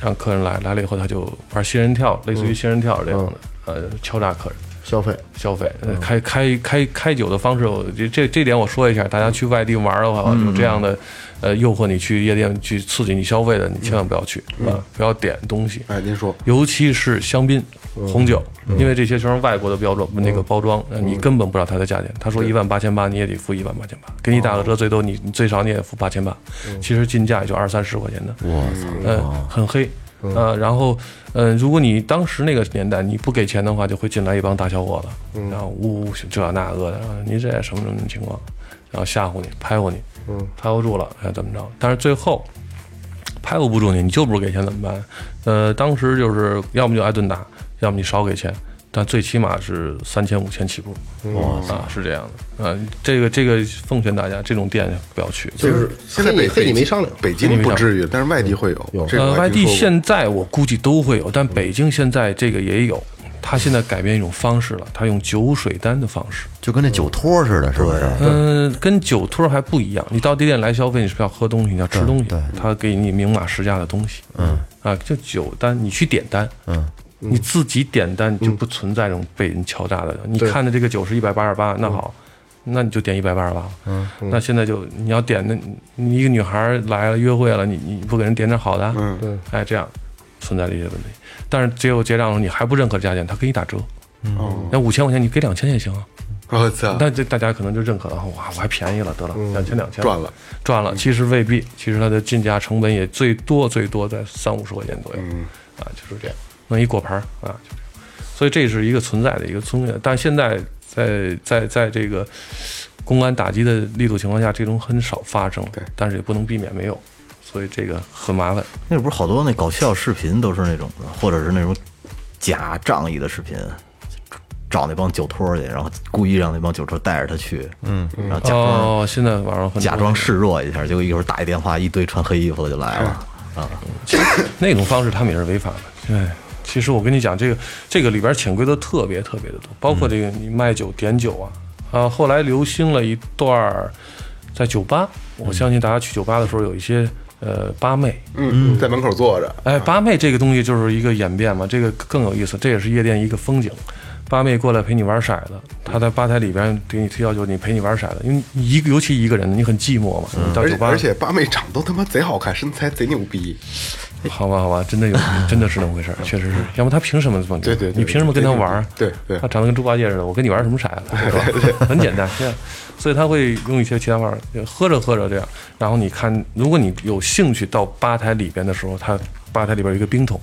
D: 让客人来，来了以后他就玩仙人跳，类似
E: 嗯
D: 于仙人跳这样的，呃，敲诈客人。
E: 消费
D: 消费，呃开开开开酒的方式，我这这这点我说一下，大家去外地玩的话，有这样的，呃，诱惑你去夜店去刺激你消费的，你千万不要去啊，不要点东西，
F: 哎，您说
D: 尤其是香槟、红酒，因为这些全是外国的标装那个包装，呃你根本不知道它的价钱。他说一万八千八，你也得付一万八千八，给你打个折，最多你你最少你也付八千八，其实进价也就二三十块钱的。
B: 我操！
D: 嗯，很黑。呃，然后，嗯、如果你当时那个年代你不给钱的话，就会进来一帮大小伙子，然后呜呜这那个的，然后你这什么什么情况，然后吓唬你，拍唬你，拍唬住了，哎，怎么着？但是最后拍唬不住你，你就不是给钱怎么办？呃，当时就是要么就挨顿打，要么你少给钱，但最起码是三千五千起步，啊，是这样的，啊、这个这个奉劝大家，这种店不要去，
E: 就是
F: 现在
E: 黑
F: 北
E: 你黑你没商量，
F: 北京不至于，但是外地会有。这个
D: 呃，
F: 我
D: 外
F: 还听
D: 地
F: 说过
D: 现在我估计都会有，但北京现在这个也有。他现在改变一种方式了，他用酒水单的方式。
B: 就跟那酒托似的，是不是？
D: 嗯、跟酒托还不一样，你到地店来消费，你是不是要喝东西，你要吃东西，他给你明码实价的东西。嗯，啊，就酒单，你去点单。嗯。你自己点单，你就不存在这种被人敲诈的。你看的这个酒是一百八十八，那好，那你就点一百八十八。嗯，那现在就你要点那，你一个女孩来了约会了，你你不给人点点好的，嗯，对，哎，这样存在这些问题。但是只有结账的时候你还不认可价钱，他给你打折。嗯，那五千块钱你给两千也行啊。
F: 我操，
D: 那这大家可能就认可了，哇，我还便宜了，得了，两千两千
F: 赚了，
D: 赚了。其实未必，其实它的进价成本也最多最多在三五十块钱左右，啊，就是这样，弄一果盘儿啊，就这样。所以这是一个存在的一个综艺，但现在在在在这个公安打击的力度情况下，这种很少发生，
F: 对
D: 但是也不能避免没有，所以这个很麻烦。
C: 那不是好多那搞笑视频都是那种的，或者是那种假仗义的视频，找那帮酒托去，然后故意让那帮酒托带着他去，嗯，然后假装、
D: 哦，现在网上很多
C: 假装示弱一下，结果一会儿打一电话，一堆穿黑衣服的就来了。啊，
D: 那种方式，他们也是违法的。对，其实我跟你讲，这个这个里边潜规则特别特别的多，包括这个你卖酒点酒啊，啊，后来流行了一段儿在酒吧，我相信大家去酒吧的时候有一些呃八妹，
F: 嗯，在门口坐着，
D: 哎，八妹这个东西就是一个演变嘛，这个更有意思，这也是夜店一个风景。八妹过来陪你玩骰子，她在吧台里边给你推销酒，你陪你玩骰子，因为你一个尤其一个人，你很寂寞嘛。你到
F: 而
D: 酒
F: 且
D: 吧，
F: 而且八妹长都他妈贼好看，身材贼牛逼，
D: 好吧，好吧，真的有，真的是那么回 事儿，确实是。要不他凭什么这么
F: 对对对
D: 你凭什么跟他玩儿？
F: 对对
D: 他长得跟猪八戒似的，我跟你玩什 么骰子？是吧？很简单，这 样。所以他会用一些其他方法，喝着喝着这样。然后你看，如果你有兴趣到吧台里边的时候，他吧台里边有一个冰桶。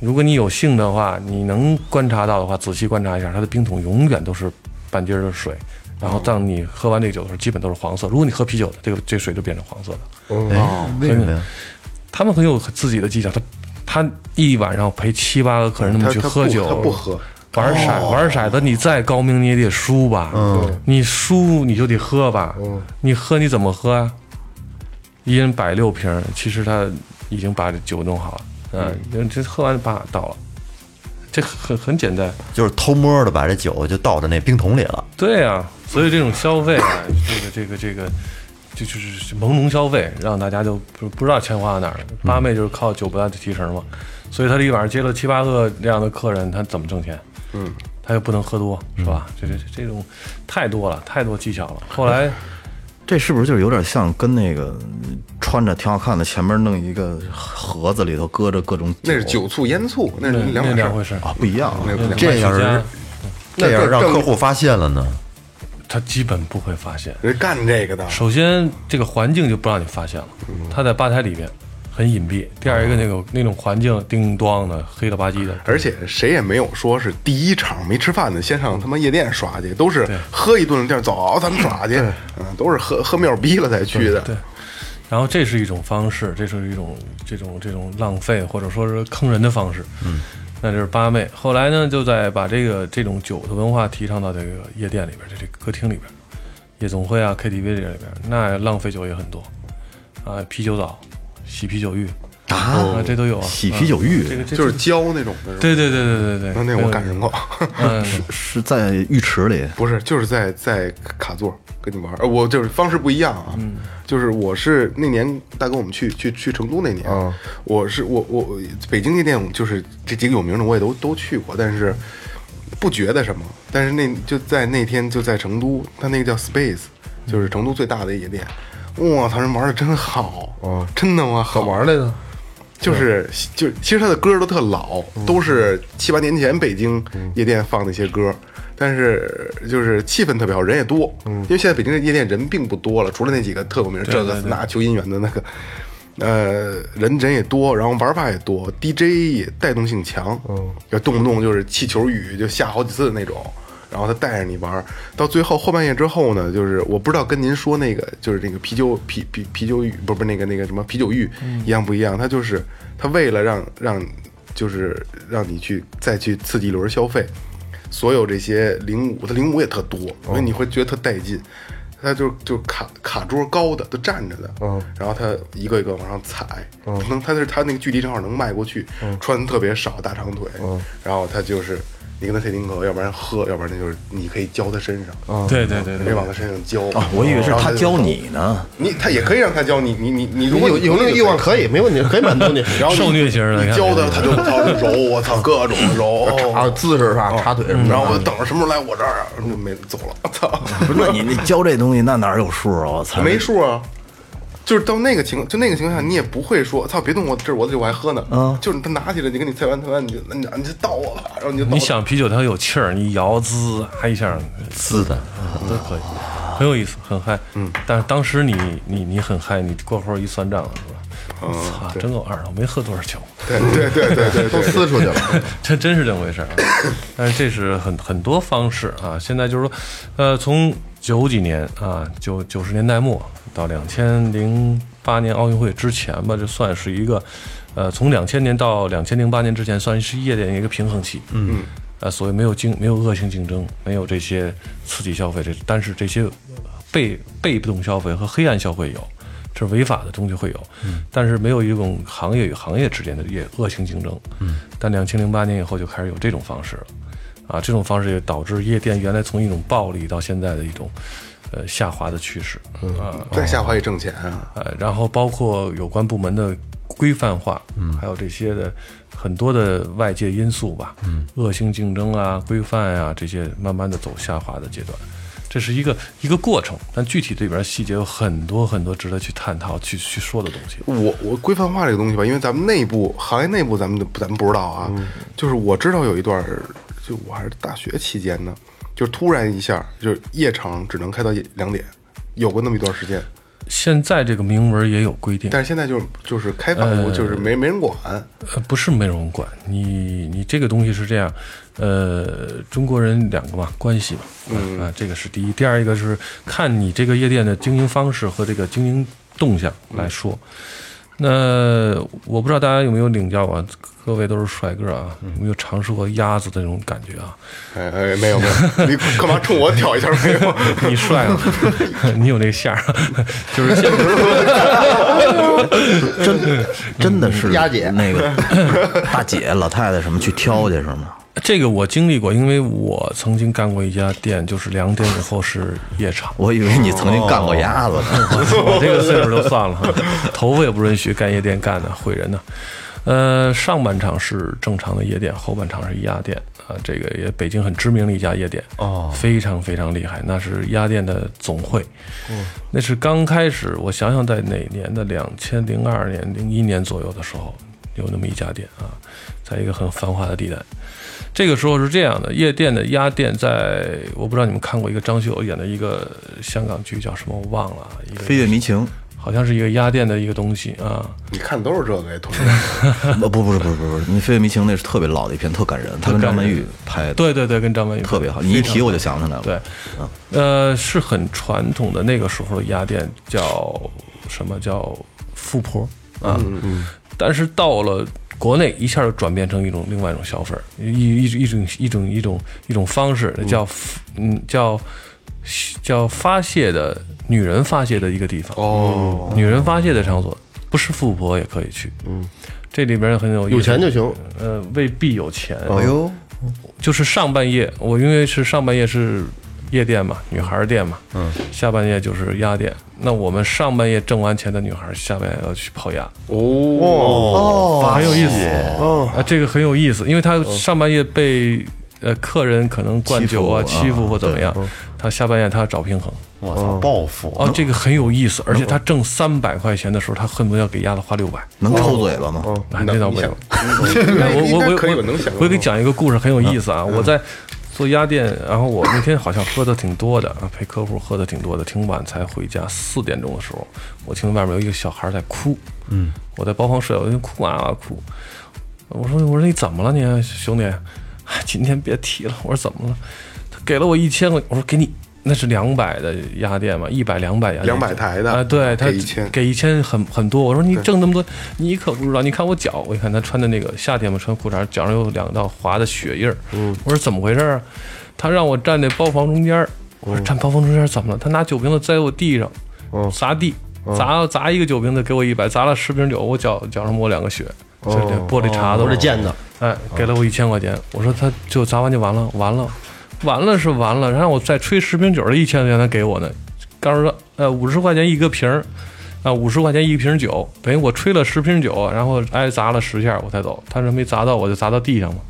D: 如果你有幸的话，你能观察到的话，仔细观察一下，它的冰桶永远都是半截儿的水。然后当你喝完这个酒的时候，基本都是黄色。如果你喝啤酒的，这个这水就变成黄色的。
B: 哎，为什么呀？
D: 他们很有自己的技巧，他他一晚上陪七八个客人那
F: 他
D: 么去
F: 他
D: 喝
F: 不
D: 酒，
F: 他不喝，哦
D: 玩骰、玩骰子，你再高明你也得输吧，嗯，你输你就得喝吧，
F: 嗯
D: 你喝你怎么喝啊？一人摆六瓶儿，其实他已经把这酒弄好了，嗯，你这喝完把倒了，这很很简单，
B: 就是偷摸的把这酒就倒到那冰桶里了。
D: 对呀、所以这种消费啊，这个这个这个，就就是朦胧消费，让大家就不不知道钱花到哪儿了。八妹就是靠酒吧提成嘛，所以他这一晚上接了七八个这样的客人，他怎么挣钱？嗯，他又不能喝多，是
F: 嗯
D: 吧？这这这种太多了，太多技巧了。后来
C: 这是不是就是有点像跟那个穿着挺好看的，前面弄一个盒子里头搁着各种
F: 那是酒醋烟醋，那是
D: 那
F: 两
D: 那两
F: 码
D: 回
F: 事
D: 事
F: 儿，哦
D: 儿，
C: 啊，不一样啊。
F: 那是两
B: 这要
D: 买
B: 是
D: 家
B: 这要是让
F: 那这
B: 客户发现了呢？
D: 他基本不会发现。
F: 人干这个的，
D: 首先，这个环境就不让你发现了，
F: 嗯
D: 他在吧台里边很隐蔽。第二一个，
F: 哦
D: 那个那种环境叮当的黑了吧唧的，
F: 而且谁也没有说是第一场没吃饭的先上他妈夜店耍去，都是喝一顿地儿走，咱们耍去，嗯，都是喝喝妙逼了才去的。
D: 对，然后这是一种方式，这是一种这种这种浪费或者说是坑人的方式。嗯，那就是八妹。后来呢，就在把这个这种酒的文化提倡到这个夜店里边，这这歌厅里边，夜总会啊、KTV 这里边，那浪费酒也很多啊，啤酒澡、洗啤酒浴啊，这都有啊。
C: 洗啤酒浴
D: 这个这
F: 就是教那种的，
D: 对对对对对
F: 那
D: 对，
F: 那我赶上过，
D: 嗯，
C: 是在浴池里，
F: 不是，就是在在卡座跟你玩儿，呃我就是方式不一样啊，
E: 嗯
F: 就是我是那年大哥我们去去去成都那年，
E: 嗯
F: 我是我我我北京夜店就是这几个有名的我也都都去过，但是不觉得什么，但是那就在那天就在成都，他那个叫 Space，就是
E: 嗯
F: 成都最大的夜店，我操，人玩的真好，真的吗？好
E: 哦怎么玩来的？
F: 就是就其实他的歌都特老，都是七八年前北京夜店放那些歌，但是就是气氛特别好，人也多，因为现在北京的夜店人并不多了，除了那几个特有名，这个那求姻缘的那个，呃，人人也多，然后玩法也多，DJ 也带动性强，就动不动就是气球雨就下好几次的那种。然后他带着你玩儿，到最后后半夜之后呢，就是我不知道跟您说那个就是那个啤酒啤啤啤酒浴，不是不是那个那个什么啤酒浴、一样不一样，他就是他为了让让就是让你去再去刺激一轮消费，所有这些零五，它零五也特多，
E: 哦
F: 因为你会觉得特带劲。他就就卡卡桌高的都站着的，
E: 哦
F: 嗯，然后他一个一个往上踩，嗯，能他是他那个距离正好能迈过去，
E: 嗯
F: 穿的特别少，大长腿，
E: 哦
F: 嗯，然后他就是你跟他配丁格，要不然喝，要不然那就是你可以浇他身上，
E: 哦
F: 嗯，
D: 对对对
F: 你
D: 对
F: 可以，往他身上浇
C: 啊，我以为是
D: 哦
C: 他教，你呢。
F: 然后就你他也可以让他教你，你你你如
E: 如果
F: 果
E: 有有那个欲望，可以，没问题，可以满足你。
F: 然后你
D: 受虐型的
F: 你
D: 你看
F: 教他他就我操就揉，我操各种 揉，
E: 啊，姿势是吧？插腿什么的。
F: 然后我就等着什么时候来我这儿啊，就没走了，我操。
C: 不是，那你那教这东西，那哪有数啊？我
E: 嗯
C: 操！
F: 没数啊。就是到那个情，就那个情况下，你也不会说“操，别动我，这是我的酒，我还喝呢。”
C: 嗯
F: 就是他拿起来，你跟你菜完菜完，你就你你就倒我吧，然后你就倒
D: 你想啤酒它有气儿，你摇滋啊一下，
B: 是的，
D: 都可以，很有意思，很嗨。嗯，但是当时你你你很嗨，你过后一算账是吧？我操，真够二的，我没喝多少酒，
F: 对对对对对
E: 都
F: 对，
E: 撕出去了，
D: 这真是这么回事儿啊。但是这是很很多方式啊。现在就是说，呃，从九几年啊，九九十年代末到两千零八年奥运会之前吧，这算是一个，呃，从两千年到两千零八年之前，算是夜店一个平衡期。嗯。呃，所以没有竞没有恶性竞争，没有这些刺激消费这，但是这些被被动消费和黑暗消费有，这是违法的东西会有，但是没有一种行业与行业之间的也恶性竞争。嗯，但两千零八年以后就开始有这种方式了，啊，这种方式也导致夜店原来从一种暴利到现在的一种呃下滑的趋势。啊，
F: 再下滑也挣钱啊，
D: 呃，然后包括有关部门的规范化，嗯，还有这些的很多的外界因素吧，嗯，恶性竞争啊、规范啊这些，慢慢的走下滑的阶段，这是一个一个过程，但具体这里边细节有很多很多值得去探讨、去去说的东西。
F: 我我规范化这个东西吧，因为咱们内部行业内部咱们咱们不知道啊，
E: 嗯
F: 就是我知道有一段儿，就我还是大学期间呢，就突然一下，就是夜场只能开到夜两点，有过那么一段时间，
D: 现在这个明文也有规定，
F: 但是现在就是就是开放，就是没没人管，
D: 呃，不是没人管你，你这个东西是这样，呃，中国人两个嘛，关系嘛，嗯啊，这个是第一，第二一个是看你这个夜店的经营方式和这个经营动向来说。那我不知道大家有没有领教啊，各位都是帅哥啊，有没有尝试过鸭子的那种感觉啊？
F: 哎哎，没有没 有，你干嘛冲我挑一下没有？
D: 你帅了， 你有那个馅儿，啊 就是现
C: 真真的是
E: 丫姐
C: 那个大姐老太太什么去挑去是吗？
D: 这个我经历过，因为我曾经干过一家店，就是两点以后是夜场。
C: 我以为你曾
D: 哦
C: 经干过鸭子 呢。
D: 我这个岁数就算了，头发也不允许干夜店干的，毁人的。呃，上半场是正常的夜店，后半场是鸭店啊，这个也北京很知名的一家夜店哦，非常非常厉害，那是鸭店的总会。那是刚开始，我想想在哪年的两千零二年、零一年左右的时候，有那么一家店啊，在一个很繁华的地带。这个时候是这样的，夜店的鸭店在，我不知道你们看过一个张学友演的一个香港剧叫什么，我忘了啊，一个
C: 飞跃迷情，
D: 好像是一个鸭店的一个东西啊。
F: 你看都是这个，同志，
C: 呃不不不是不是不是，你飞跃迷情那是特别老的一片，特感人，他跟张曼玉拍的，，
D: 对对对，跟张曼玉
C: 特别好。你一提我就嗯想起来了。
D: 对，呃，是很传统的那个时候的鸭店叫什么叫富婆
C: 嗯
D: 啊，但是到了。国内一下就转变成一种另外一种消费儿，一一一种一种一种一种方式，叫嗯叫叫发泄的女人发泄的一个地方哦，女人发泄的场所不是富婆也可以去，嗯，这里边很有意思
E: 有钱就行，
D: 呃，未必有钱，
B: 哎呦，
D: 就是上半夜，我因为是上半夜是夜店嘛，女孩儿店嘛，嗯，下半夜就是鸭店。那我们上半夜挣完钱的女孩儿，下半夜要去泡鸭，
B: 哦，
D: 很有意思啊，这个很有意思，因为她上半夜被呃客人可能灌酒啊、
C: 欺负
D: 欺负或怎么样，她下半夜她要找平衡。
B: 我操，报复
D: 哦，这个很有意思，而且她挣三百块钱的时候，她恨不得要给鸭子花六百，
C: 能抽嘴巴吗？
D: 哎那倒不行。 我
F: 我
D: 我我
F: 可以，我能想。嗯
D: 我给你讲一个故事，很有意思啊！我在做鸭店，然后我那天好像喝的挺多的，啊陪客户喝的挺多的，挺晚才回家。四点钟的时候，我听外面有一个小孩在哭，嗯，我在包房睡，我就哭啊啊哭。我说我说你怎么了你啊兄弟？ 哎今天别提了。我说怎么了？他给了我一千块，我说给你。那是两百的鸭店嘛，一百两百鸭店，
F: 200台的
D: 啊，对他
F: 给1000
D: 给一千很很多。我说你挣那么多，你可不知道。你看我脚，我一看他穿的那个夏天嘛，穿裤衩，脚上有两道划的血印儿。我说怎么回事啊？他让我站那包房中间儿。我说站包房中间儿怎么了？他拿酒瓶子栽我地上，砸地，砸砸一个酒瓶子给我一百，砸了十瓶酒，我脚脚上抹两个血，这这玻璃碴子，
E: 我这贱的，
D: 哎，给了我一千块钱。我说他就砸完就完了，完了，完了是完了，让我再吹十瓶酒的一千块钱他给我呢，告诉说呃五十块钱一个瓶儿，啊五十块钱一瓶酒，等于我吹了十瓶酒，然后挨砸了十下我才走，他是没砸到我就砸到地上嘛。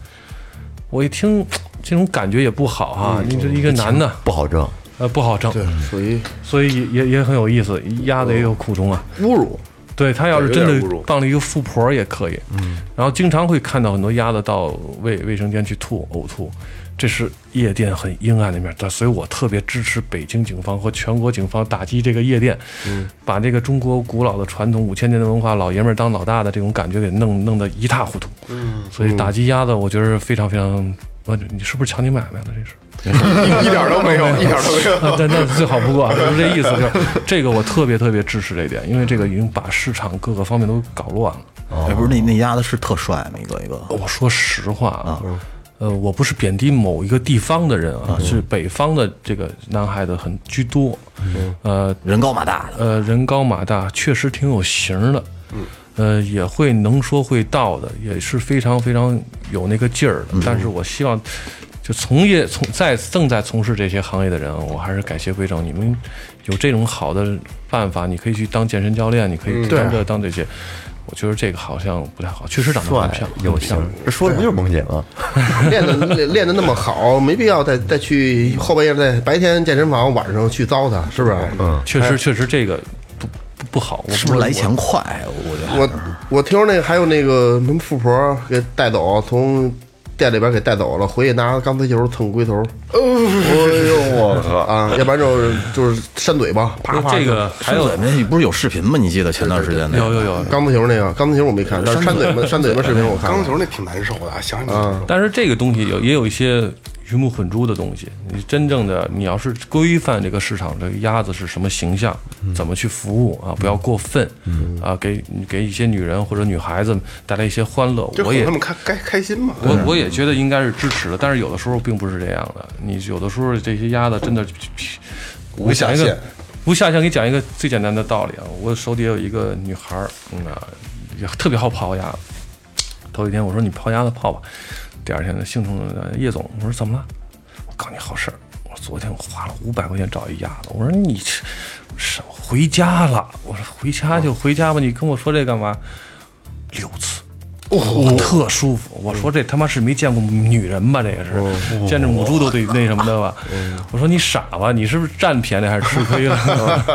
D: 我一听这种感觉也不好哈、你这一个男的，
B: 不好挣，
D: 呃不好挣，
E: 属于
D: 所以也也也很有意思，鸭子也有苦衷啊。
F: 侮 辱，
D: 对他要是
F: 有
D: 真
F: 点侮
D: 的
F: 辱
D: 当了一个富婆儿也可以，嗯，然后经常会看到很多鸭子到卫卫生间去吐呕吐，这是夜店很阴暗的一面，但所以我特别支持北京警方和全国警方打击这个夜店，嗯，把这个中国古老的传统五千年的文化，老爷们儿当老大的这种感觉给弄弄得一塌糊涂，嗯，所以打击鸭子，我觉得是非常非常，我你是不是强行买卖了？这是。
F: 一点都没有，一点都没有。
D: 那那那最好不过，就是这意思，就是这个我特别特别支持这一点，因为这个已经把市场各个方面都搞乱了。
C: 哎，不是那那鸭子是特帅吗？一个一个，
D: 我说实话啊，呃，我不是贬低某一个地方的人啊，是北方的这个男孩子很居多，呃
C: 人高马大的，
D: 呃，人高马大，确实挺有型儿的，嗯，呃，也会能说会道的，也是非常非常有那个劲儿的。但是我希望，就从业从在正在从事这些行业的人啊，我还是改邪归正。你们有这种好的办法，你可以去当健身教练，你可以当这当这些。我觉得这个好像不太好，确实长得很
B: 帅
D: 像，
B: 有
D: 很
B: 型
D: 像。，
B: 这说的不就是萌姐吗？
E: 练的练练的那么好， 没必要再再去后半夜在白天健身房，晚上去糟蹋，是不是？嗯，
D: 确实，确实这个不不不好。我
C: 是不是
D: 我
C: 来钱快啊？我觉得
E: 嗯我我听说那个还有那个什么富婆给带走，从店里边给带走了，回去拿钢丝球蹭龟头。哎哦呦 我靠啊！要不然就是就是扇嘴巴，啪
D: 我
E: 啪
D: 这个还有
C: 说怎么你不是有视频吗？你记得前段时间那
D: 有
C: 个
D: 有有，
E: 钢丝球那个钢丝球我没看，但是扇嘴巴扇嘴巴视频我看
F: 钢
E: 了。
F: 球那挺难受的，想想就难受
D: 但是这个东西有也有一些鱼目混珠的东西。你真正的你要是规范这个市场，这个鸭子是什么形象，
C: 嗯
D: 怎么去服务啊？不要过分，啊，给给一些女人或者女孩子带来一些欢乐。
F: 就
D: 我
F: 哄
D: 也
F: 他们开开开心嘛。
D: 我我也觉得应该是支持的，但是有的时候并不是这样的。你有的时候这些鸭子真的，我讲一
F: 下限
D: 个无下限，给你讲一个最简单的道理啊。我手底下有一个女孩儿，嗯啊，也特别好泡鸭子。头一天我说你泡鸭子泡吧，第二天呢，兴冲冲的叶总，我说怎么了？我告诉你好事儿，我昨天我花了五百块钱找一鸭子，我说你这是回家了，我说回家就回家吧，你跟我说这干嘛？六次。我特舒服。我说这他妈是没见过女人吧？这个是见着母猪都得那什么的吧？我说你傻吧？你是不是占便宜还是吃亏了？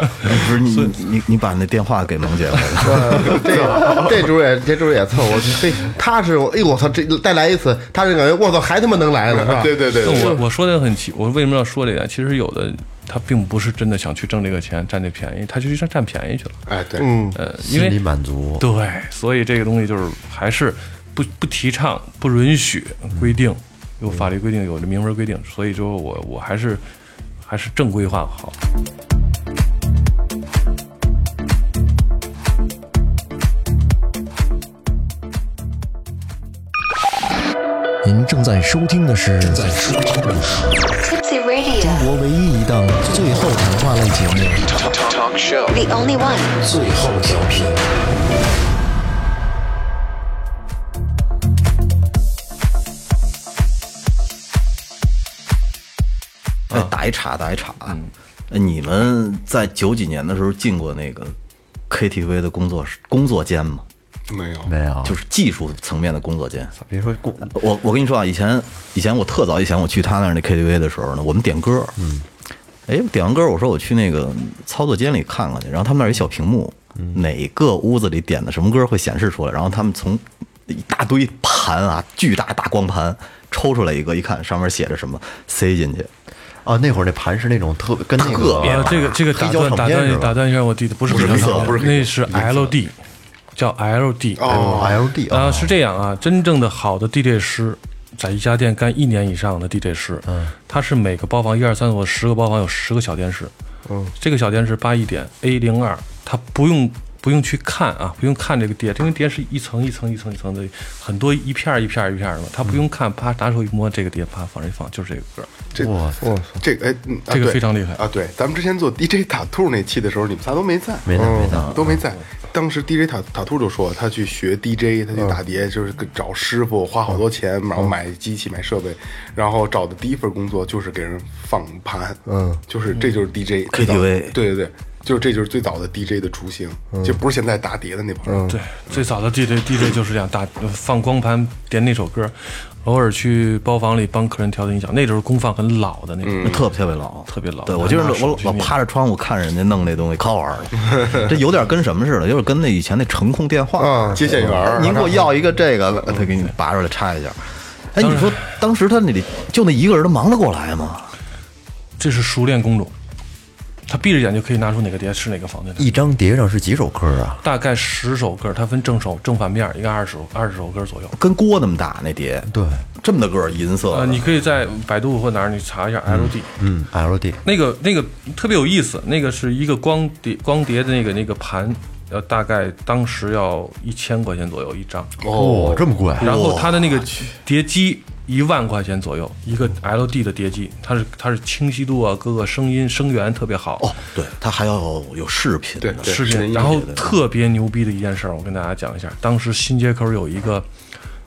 C: 不是你你你把那电话给萌姐来了，
E: 这这主也这主也凑合，这他是我哎呦我操，这再来一次，他是感觉我操还他妈能来呢，是吧？
F: 对对对，
D: 我我说的很奇，我为什么要说这个？其实有的他并不是真的想去挣这个钱，占这便宜，他就去占占便宜去了。
F: 哎对，
D: 呃，因
B: 心
D: 为
B: 理满足，
D: 对，所以这个东西就是还是不不提倡、不允许规定，有法律规定，有这明文规定，所以说我我还是还是正规化好。
H: 您正在收听的是正在收听的是
I: Tipsy Radio,
H: 中国唯一一档最后谈话类节目《
I: the only one.
H: 最后调频》。
C: 哎，打一岔打一岔啊，哎你们在九几年的时候进过那个 KTV 的工作室工作间吗？
F: 没有
B: 没有，
C: 就是技术层面的工作间。
B: 别说过，
C: 我我跟你说啊，以前以前我特早以前我去他那儿那 KTV 的时候呢，我们点歌，嗯，哎，点完歌我说我去那个操作间里看看去，然后他们那儿有一小屏幕，哪个屋子里点的什么歌会显示出来，然后他们从一大堆盘啊，巨大大光盘抽出来一个，一看上面写着什么，塞进去，
B: 啊，那会儿那盘是那种特别跟那
C: 特别
D: 啊
B: 个，
D: 这个这个打
B: 黑胶
D: 断
B: 唱
D: 打
B: 片
D: 断
B: 是
D: 打
B: 吧
D: 断一下我弟弟，不是
C: 不是
D: 黑胶
C: 黑
D: 唱
C: 色
D: 片那是 LD，叫 LD
B: 哦，LD
D: 啊，
B: 啊，
D: 是这样啊，真正的好的地 j 师，在一家店干一年以上的地 j 师，嗯，他是每个包房一二三我十个包房有十个小电视，嗯，这个小电视八一点 A 零二，他不用不用去看啊，不用看这个碟，因为碟是一层一层一层一层的，很多一片儿一片儿一片儿的嘛，他不用看，啪拿手一摸这个碟，啪往上一放，就是这个歌，
F: 这
B: 哇塞
F: 这个哎，嗯啊
D: 这个
F: 对
D: 非常厉害
F: 啊！对，咱们之前做 DJ 塔兔那期的时候，你们仨都没在，嗯
B: 没在没在，
F: 都没在。当时 DJ 塔塔兔就说他去学 DJ，他去嗯打碟，就是跟找师傅，花好多钱，嗯然
D: 嗯
F: 后买机器、买设备，然后找的第一份工作就是给人放盘，嗯，就是这就是 DJ
C: KTV
F: 最早的对对对，就是这就是最早的 DJ 的雏形，
D: 嗯
F: 就不是现在打碟的那帮
C: 嗯
F: 人。
D: 对，最早的 DJ DJ 就是这样，打呃放光盘点那首歌，偶尔去包房里帮客人调的音响，那时候功放很老的那种。
C: 特别特别老，
D: 特别老
C: 嗯对我就是
D: 拿手
C: 我
D: 去
C: 老
D: 捏
C: 趴着窗户看人家弄那东西，可好玩了。这有点跟什么似的，有点跟那以前那程控电话
E: 啊
F: 接线员儿，
C: 您给我要一个这个，他给你拔出来插一下。哎，你说当时他那里就那一个人，他忙得过来吗？
D: 这是熟练工种，他闭着眼就可以拿出哪个碟是哪个房间的。
B: 一张碟上是几首歌啊？
D: 大概十首歌，它分正手正反面，应该二十首二十首歌左右。
C: 跟锅那么大那碟，
B: 对，
C: 这么大个儿银色的，
D: 呃，你可以在百度或哪儿你查一下 LD，、
B: 嗯，LD
D: 那个那个特别有意思，那个是一个光碟光碟的那个那个盘，呃，大概当时要一千块钱左右一张。
B: 哦，这么贵，
D: 然后它的那个碟机一万块钱左右一个 LD 的碟机，它是它是清晰度啊，各个声音声源特别好
C: 哦，对，它还要有视频的，
F: 对
D: 视频。然后特别牛逼的一件事儿，我跟大家讲一下。当时新街口有一个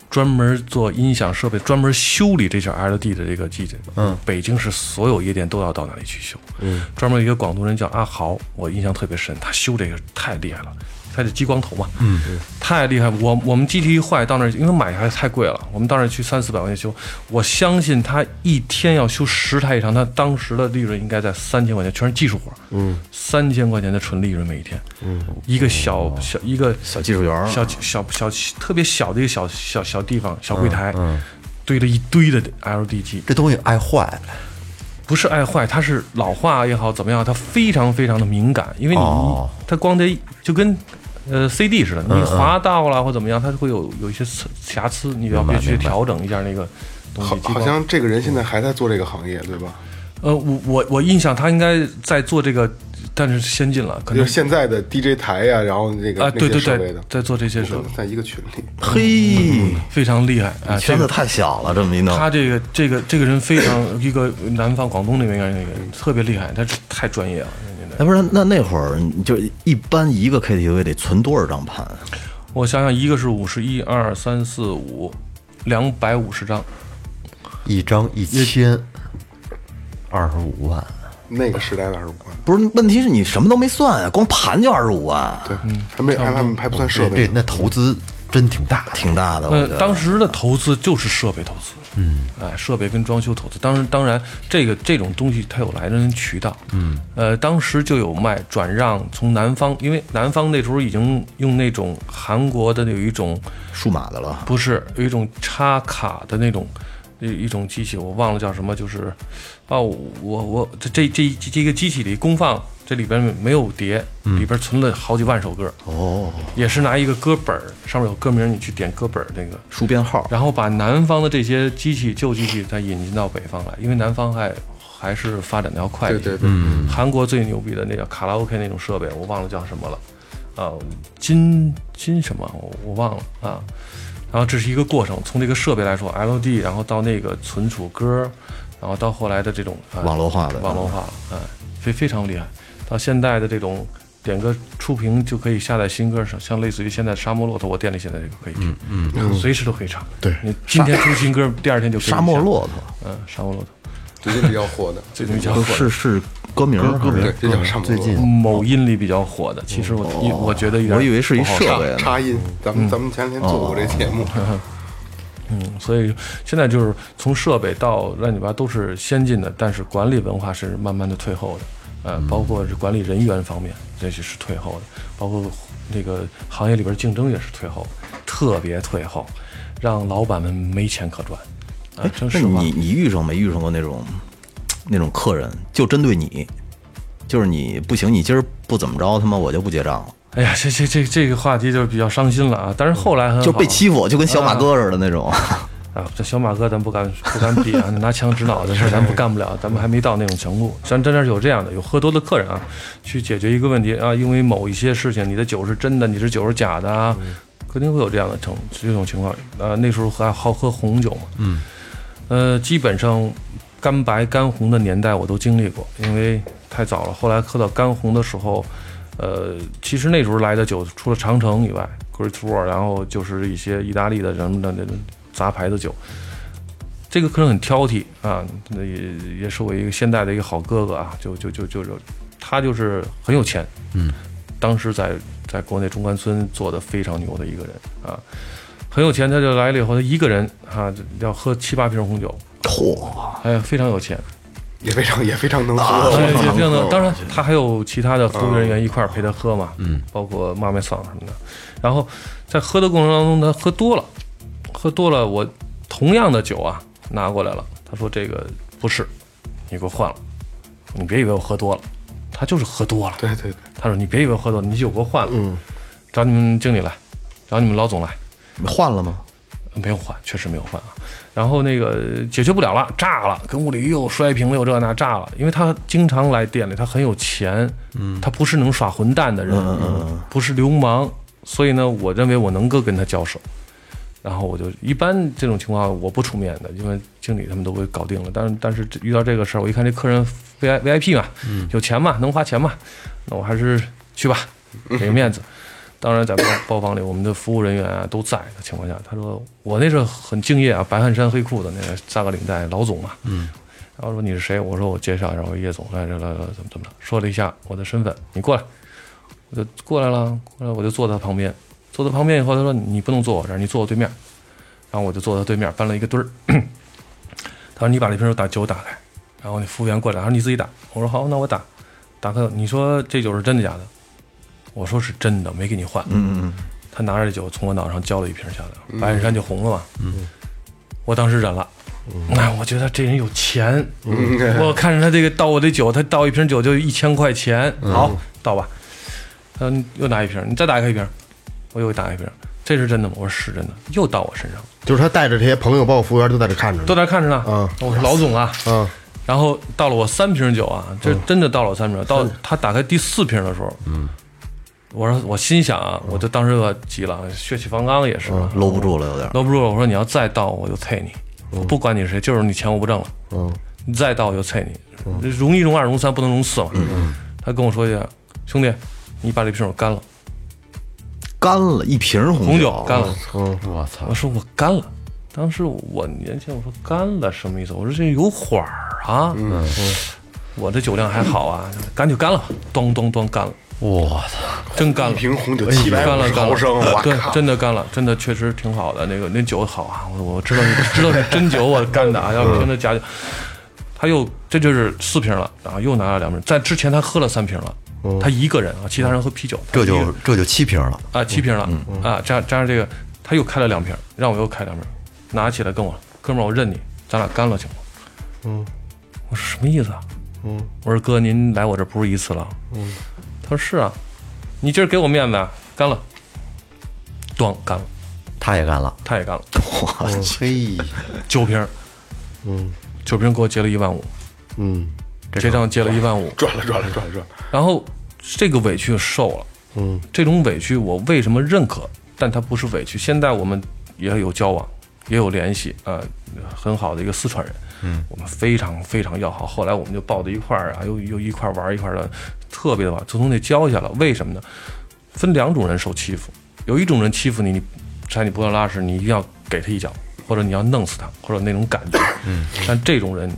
D: 专门做音响设备、专门修理这些 LED 的这个记者，嗯，北京市所有夜店都要到那里去修。嗯，专门有一个广东人叫阿豪，我印象特别深，他修这个太厉害了。他是激光头嘛，嗯，太厉害。我我们 GT 一坏到那儿，因为买还太贵了，我们到那儿去三四百块钱修。我相信他一天要修十台以上，他当时的利润应该在三千块钱，全是技术活，嗯，三千块钱的纯利润每一天，嗯，一个小小一个
C: 哦小技术员儿啊
D: 小小小特别小的一个小小小地方小柜台，
C: 嗯
D: 堆了一堆的 LED 机，
B: 这东西爱坏，
D: 不是爱坏，它是老化也好怎么样，它非常非常的敏感，因为你、
B: 哦
D: 它光得就跟呃 CD 似的，你滑到了或怎么样，它会有有一些瑕瑕疵，你要不要去调整一下那个东西
F: 好，。
D: 激
F: 好
D: 光
F: 像这个人现在还在做这个行业，对吧？
D: 呃，我我我印象他应该在做这个，但是先进了，可
F: 就
D: 能
F: 是现在的 DJ 台呀、然后那个
D: 啊、对
F: 那些
D: 对
F: 设备
D: 对
F: 的，，
D: 在做这些事
F: 我，跟他在一个群里，
C: 嘿，
D: 非常厉害啊！这
C: 圈
D: 个
C: 子太小了，这么一弄，
D: 他这个这个这个人非常一个南方广东那边应该是那个特别厉害，他是太专业了。人家的
C: 哎，不是那那会儿你就一般一个 KTV 得存多少张盘啊？
D: 我想想，一个是五十一二三四五，两百五十张，
B: 一张一千，二十五万，
F: 那个时代的二十五万，
C: 不是，问题是你什么都没算啊，光盘就二十五啊万，
F: 对，
D: 嗯
F: 还没还还还不算设
B: 这
F: 备
B: 这
F: 呢，
B: 那投资真挺大的。
C: 挺大的。我觉
D: 呃
C: 得，
D: 当时的投资就是设备投资，嗯，哎，设备跟装修投资。当然，当然，这个这种东西它有来源渠道，嗯，呃，当时就有卖转让，从南方，因为南方那时候已经用那种韩国的有一种
C: 数码的了，
D: 不是有一种插卡的那种。一一种机器，我忘了叫什么，就是，哦，我我这这这这这个机器里功放，这里边没有碟，里边存了好几万首歌，哦，也是拿一个歌本儿，上面有歌名，你去点歌本儿那个，
C: 数编号。
D: 然后把南方的这些机器旧机器再引进到北方来，因为南方还还是发展的要快一
F: 对
D: 些。
F: 对对，
C: 嗯
D: 韩国最牛逼的那个卡拉 OK 那种设备，我忘了叫什么了，啊，金金什么我我忘了啊。然后这是一个过程，从这个设备来说，LD，然后到那个存储歌，然后到后来的这种、啊
C: 网络化的
D: 网络化了，哎、非非常厉害。到现在的这种点个触屏就可以下载新歌上，像类似于现在沙漠骆驼，我店里现在就可以听，嗯，随时都可以唱。对，你今天出新歌，第二天就可以
C: 沙漠
D: 下
C: 骆驼
D: 嗯，沙漠骆驼
F: 最近比较火的，
D: 最近比较火
C: 就
D: 的
C: 是是歌名儿，歌
D: 啊
F: 对，
D: 嗯
F: 这叫上最近
D: 某音里比较火的，其实我一
C: 哦
D: 我觉得有点
C: 我以为是一
D: 不好
C: 设
D: 上
C: 备呢
F: 插音，咱们咱们前两天做过这
D: 哦
F: 节目，
D: 嗯，所以现在就是从设备到乱七八都是先进的，但是管理文化是慢慢的退后的，呃，包括是管理人员方面，这些是退后的，包括那个行业里边竞争也是退后，特别退后，让老板们没钱可赚，啊、
C: 哎，
D: 真
C: 那
D: 实话
C: 你。你遇上没遇上过那种那种客人，就针对你，就是你不行，你今儿不怎么着，他妈我就不结账了，
D: 哎呀，这这这这个话题就比较伤心了啊！但是后来很好
C: 就被欺负，就跟小马哥似的那种。
D: 啊，这小马哥咱不敢不敢比啊， 拿枪指脑的事儿咱不干不了，咱们还没到那种程度。咱真是有这样的，有喝多的客人啊，去解决一个问题啊，因为某一些事情，你的酒是真的，你是酒是假的啊，肯定会有这样的成这种情况。啊，那时候还好喝红酒嘛，嗯，呃，基本上干白干红的年代我都经历过，因为太早了。后来喝到干红的时候，呃，其实那时候来的酒，除了长城以外，Great Wall，然后就是一些意大利的什么的那种杂牌的酒。这个客人很挑剔啊，那也也是我一个现代的一个好哥哥啊，就就就就就，他就是很有钱，嗯，当时在在国内中关村做的非常牛的一个人啊，很有钱，他就来了以后，他一个人啊就要喝七八瓶红酒，
C: 嚯，
D: 哎，非常有钱，
F: 也非常也非常能
D: 哎，
F: 喝，
D: 这这样的，当然他还有其他的服务人员一块儿陪他喝嘛，嗯，包括妈妈桑什么的。然后在喝的过程当中，他喝多了，喝多了，我同样的酒啊拿过来了，他说这个不是，你给我换了，你别以为我喝多了，他就是喝多了，
F: 对对对，
D: 他说你别以为我喝多了，你酒给我换了，嗯，找你们经理来，找你们老总来，
C: 换了吗？
D: 没有换，确实没有换啊。然后那个解决不了了，炸了，跟屋里又摔瓶了，又这那炸了。因为他经常来店里，他很有钱，嗯，他不是能耍混蛋的人，不是流氓，所以呢，我认为我能够跟他交手。然后我就一般这种情况我不出面的，因为经理他们都会搞定了。但是但是这遇到这个事儿，我一看这客人 V I V I P 嘛，有钱嘛，能花钱嘛，那我还是去吧，给个面子。当然，在包包房里，我们的服务人员啊都在的情况下，他说我那是很敬业啊，白汗衫黑裤子，那个扎个领带，老总嘛。嗯。然后说你是谁？我说我介绍一下，我叶总来来来来怎么怎么着，说了一下我的身份，你过来，我就过来了，过来我就坐他旁边，坐他旁边以后，他说你不能坐我这儿，你坐我对面。然后我就坐他对面，搬了一个墩儿。 他说你把那瓶打酒打开，然后那服务员过来，他说你自己打。我说好，那我打。打开，你说这酒是真的假的？我说是真的，没给你换。嗯嗯嗯。他拿着酒从我脑上浇了一瓶下来，白衬衫就红了嘛。嗯。我当时忍了。哎，我觉得这人有钱。 我看着他这个倒我的酒，他倒一瓶酒就一千块钱。好，倒吧。他说你又拿一瓶，你再打开一瓶，我又打开一瓶。这是真的吗？我说是真的，又到我身上了。
E: 就是他带着这些朋友，包括服务员都在这看着呢，
D: 都在那看着呢。
E: 嗯
D: 我说老总啊，
E: 嗯，
D: 然后到了我三瓶酒啊，这真的到了我三瓶，到他打开第四瓶的时候，嗯，我说我心想
E: 嗯
D: 啊，我就当时我急了，血气方刚也是啊，
C: 搂不住了，有点儿。
D: 搂不住了。我说你要再倒，我就啐你，我不管你是谁，就是你钱我不挣了。
E: 嗯，
D: 你再倒我就啐你，容一容二容三不能容四嘛。
E: 嗯
D: 他跟我说一下，兄弟，你把这瓶酒干了，
C: 干了一瓶红
D: 红酒干了。
B: 我操
D: 我！说我干了。当时我年轻，我说干了什么意思？我说这有缓儿啊，嗯，我这酒量还好啊，干就干了，咚咚咚干了，
B: 我操！
D: 真干
F: 一
D: 了，
F: 瓶红酒七百
D: 干
F: 五
D: 哎了
F: 十
D: 干
F: 毫
D: 了
F: 升，我
D: 对，
F: 靠！
D: 真的干了，真的确实挺好的，那个那酒好啊，我我知道是知道是真酒我干的啊，要不真的假酒，他又这就是四瓶了，然后又拿了两瓶，在之前他喝了三瓶了，他一个人啊，其他人喝啤酒，他
B: 嗯这
D: 一个人
B: 就这就七瓶了，
D: 啊，七瓶了、啊，加加上这个，他又开了两瓶，让我又开两瓶，拿起来跟我，哥们儿，我认你，咱俩干了行吗？嗯，我说什么意思啊？嗯，我说哥，您来我这不是一次了。嗯，他说是啊，你今儿给我面子啊，干了，咣干了，
B: 他也干了。
D: 他也干了，
B: 嘿，
D: 九瓶，嗯，九瓶给我结了一万五，
E: 嗯，
D: 结账结了一万五，
F: 转了转了转了转了，
D: 然后这个委屈受了，嗯，这种委屈我为什么认可？但它不是委屈。现在我们也有交往，也有联系，呃，很好的一个四川人，嗯，我们非常非常要好。后来我们就抱在一块儿啊，又又一块儿玩儿一块儿的，特别的玩儿，就从那交下了。为什么呢？分两种人受欺负，有一种人欺负你，你踩你脖子拉屎，你一定要给他一脚，或者你要弄死他，或者那种感觉。嗯，但这种人，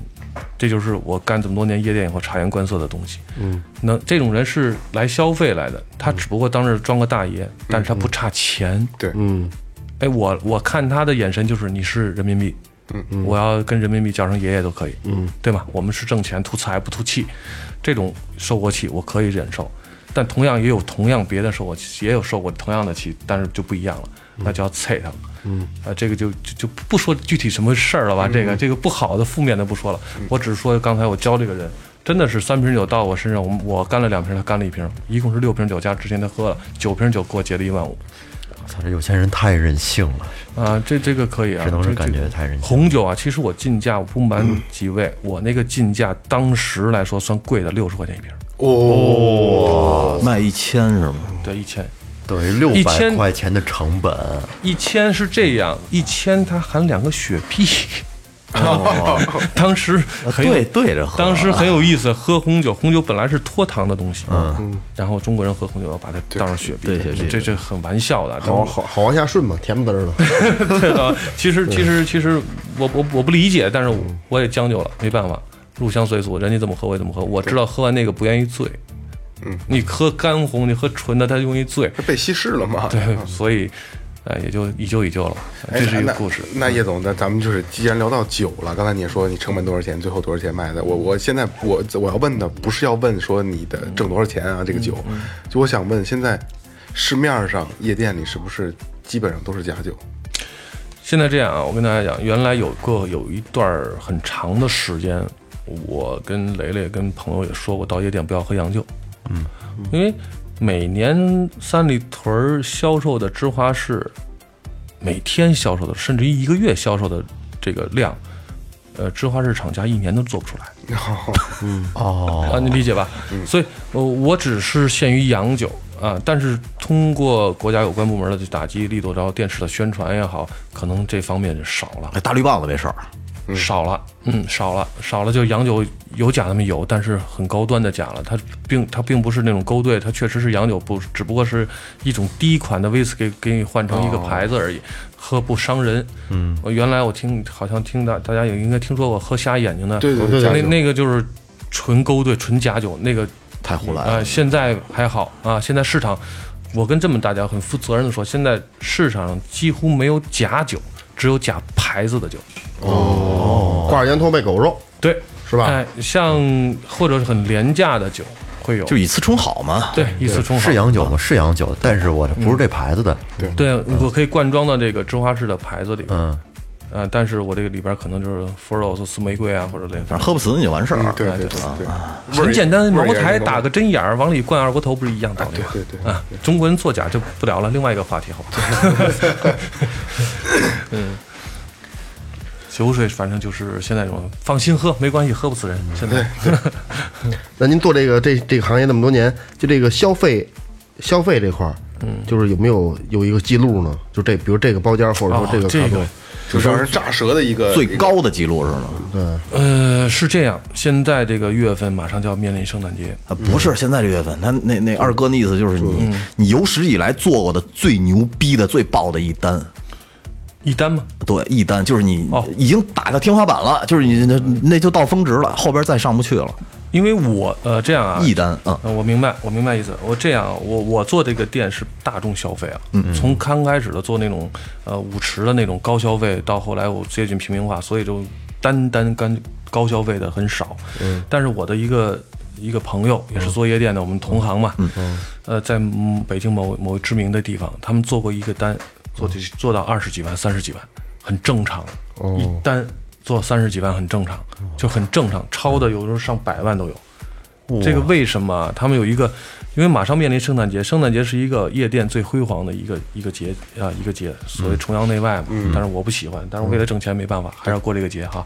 D: 这就是我干这么多年夜店以后察言观色的东西。嗯，那这种人是来消费来的，他只不过当时装个大爷，但是他不差钱。
F: 对，
D: 哎，我我看他的眼神就是你是人民币，嗯嗯，我要跟人民币叫声爷爷都可以，嗯，对吗？我们是挣钱图财不图气，这种受过气我可以忍受，但同样也有同样别的受过气，也有受过同样的气，但是就不一样了，那就要啐他了，嗯，啊，这个就就就不说具体什么事儿了吧，这个这个不好的负面的不说了，我只是说刚才我教这个人。真的是三瓶酒到我身上，我们我干了两瓶，他干了一瓶，一共是六瓶酒加之前他喝了九瓶酒，给我结了一万五。
B: 我操！这有钱人太任性了，
D: 啊，这这个可以啊，
B: 只能是
D: 这
B: 感
D: 这
B: 觉
D: 个
B: 太任性。
D: 红酒啊，其实我进价我不瞒
B: 嗯
D: 几位，我那个进价当时来说算贵的，六十块钱一瓶，
C: 卖一千是吗？
D: 对，一千，
B: 等于六
D: 一
B: 百
D: 千
B: 块钱的成本，
D: 嗯一千是这样，一千它含两个雪 碧，哦当时
B: 啊
D: 很有
C: 对对着喝。
D: 当时很有意思，喝红酒，红酒本来是脱糖的东西，嗯，然后中国人喝红酒要把它当成雪碧，
C: 对雪碧
D: 这这很玩笑的，
E: 嗯好好好往下顺吧，甜不滋儿的。
D: 对啊，其实其实其实我我我不理解，但是我
F: 嗯
D: 我也将就了，没办法，入乡随俗，人家怎么喝我也怎么喝。我知道喝完那个不愿意醉，嗯，你喝干红，你喝纯的，它容易醉，
F: 被稀释了嘛？
D: 对，所以，呃，也就以旧以旧了，
F: 嗯哎
D: 这是一个
F: 那
D: 故事。嗯
F: 那叶总，那咱们就是既然聊到酒了，刚才你也说你成本多少钱，最后多少钱卖的？我我现在我我要问的不是要问说你的
D: 嗯
F: 挣多少钱啊，这个酒，就我想问现在市面上夜店里是不是基本上都是假酒？
D: 现在这样啊，我跟大家讲，原来有个有一段儿很长的时间，我跟雷雷跟朋友也说过，到夜店不要喝洋酒，嗯，因为每年三里屯儿销售的芝华士，每天销售的，甚至于一个月销售的这个量，呃，芝华士厂家一年都做不出来。呃哦，嗯，哦，啊，你理解吧？所以，我我只是限于洋酒，啊，但是通过国家有关部门的去打击力度，然后电视的宣传也好，可能这方面就少了。
C: 哎，大绿棒子这事儿，
D: 少了，嗯，少了，少了。就洋酒有假的没有，但是很高端的假了。它并它并不是那种勾兑，它确实是洋酒，不只不过是一种低款的威士忌给你换成一个牌子而已，喝不伤人。嗯，我原来我听好像听大大家也应该听说过喝瞎眼睛的，
F: 对对对假
D: 那
F: 酒
D: 那个就是纯勾兑、纯假酒，那个
C: 太胡来
D: 啊、
C: 了。
D: 现在还好啊，现在市场，我跟这么大家很负责任的说，现在市场上几乎没有假酒，只有假牌子的酒。
E: 挂着烟头卖狗肉，
D: 对，
E: 是吧
D: 哎，像或者是很廉价的酒会有，
C: 就以次充好嘛，
D: 对一次冲好嗯
B: 是洋酒吗？是洋酒，但是我这不是这牌子的。对，
D: 对，我可以灌装到这个芝华士的牌子里边，
B: 嗯，
D: 呃，但是我这个里边可能就是福尔罗斯、丝玫瑰啊，或者类似
C: 反正，喝不死你就完事儿。
F: 对对
D: 嗯对
F: 对对，味儿
D: 很
F: 也
D: 简单，
F: 味儿
D: 茅
F: 也
D: 台
F: 浓
D: 打个针眼儿往里灌二锅头，不是一样道理吗？
F: 对对对
D: 啊，中国人作假就不聊了，另外一个话题好吧？ 嗯，酒水反正就是现在这种，放心喝，没关系，喝不死人。现在
E: 那您做这个这这个行业那么多年，就这个消费消费这块儿，嗯，就是有没有有一个记录呢？就这，比如这个包间儿，或者说
D: 哦
E: 这个
D: 这
E: 卡
D: 个
E: 座，
F: 就是让人炸舌的一个
C: 最高的记录是吗？
D: 呃，是这样，现在这个月份马上就要面临圣诞节，
C: 啊，不是，现在这月份，他那那二哥那意思就是你，
D: 嗯
C: 你有史以来做过的最牛逼的、最爆的一单，
D: 一单吗？
C: 对，一单就是你
D: 哦嗯
C: 已经打到天花板了，就是你那那就到峰值了，后边再上不去了。
D: 因为我呃这样啊，
C: 一单啊，
D: 呃我明白，我明白意思。我这样啊，我我做这个店是大众消费啊，嗯，从刚开始的做那种呃舞池的那种高消费，到后来我接近平民化，所以就单单干高消费的很少。嗯，但是我的一个一个朋友也是做夜店的，我们同行嘛，嗯，呃，在某北京某某知名的地方，他们做过一个单，做这做到二十几万、三十几万，很正常，一单做三十几万很正常，就很正常，超的有时候上百万都有。这个为什么他们有一个？因为马上面临圣诞节，圣诞节是一个夜店最辉煌的一个一个节啊，一个节，所谓崇洋内外嘛。但是我不喜欢，但是为了挣钱没办法，还是要过这个节哈。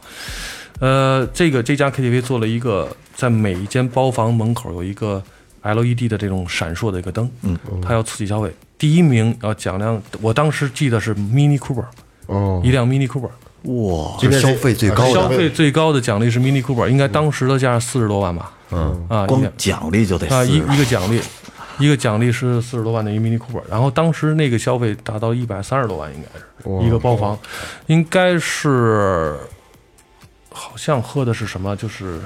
D: 呃，这个这家 KTV 做了一个，在每一间包房门口有一个 LED 的这种闪烁的一个灯，嗯，它要刺激消费。第一名要奖励，我当时记得是 Mini Cooper，
E: 哦，
D: 一辆 Mini Cooper，
C: 哇，
B: 这消费最高
D: 消
B: 的，
D: 费最高的奖励是 Mini Cooper，应该当时的价四十多万吧？嗯啊，
C: 光
D: 应该
C: 奖励就得
D: 啊，一
C: 四
D: 一个奖励，一个奖励是四十多万的一 Mini Cooper，然后当时那个消费达到一百三十多万，应该是一个包房，应该是好像喝的是什么，就是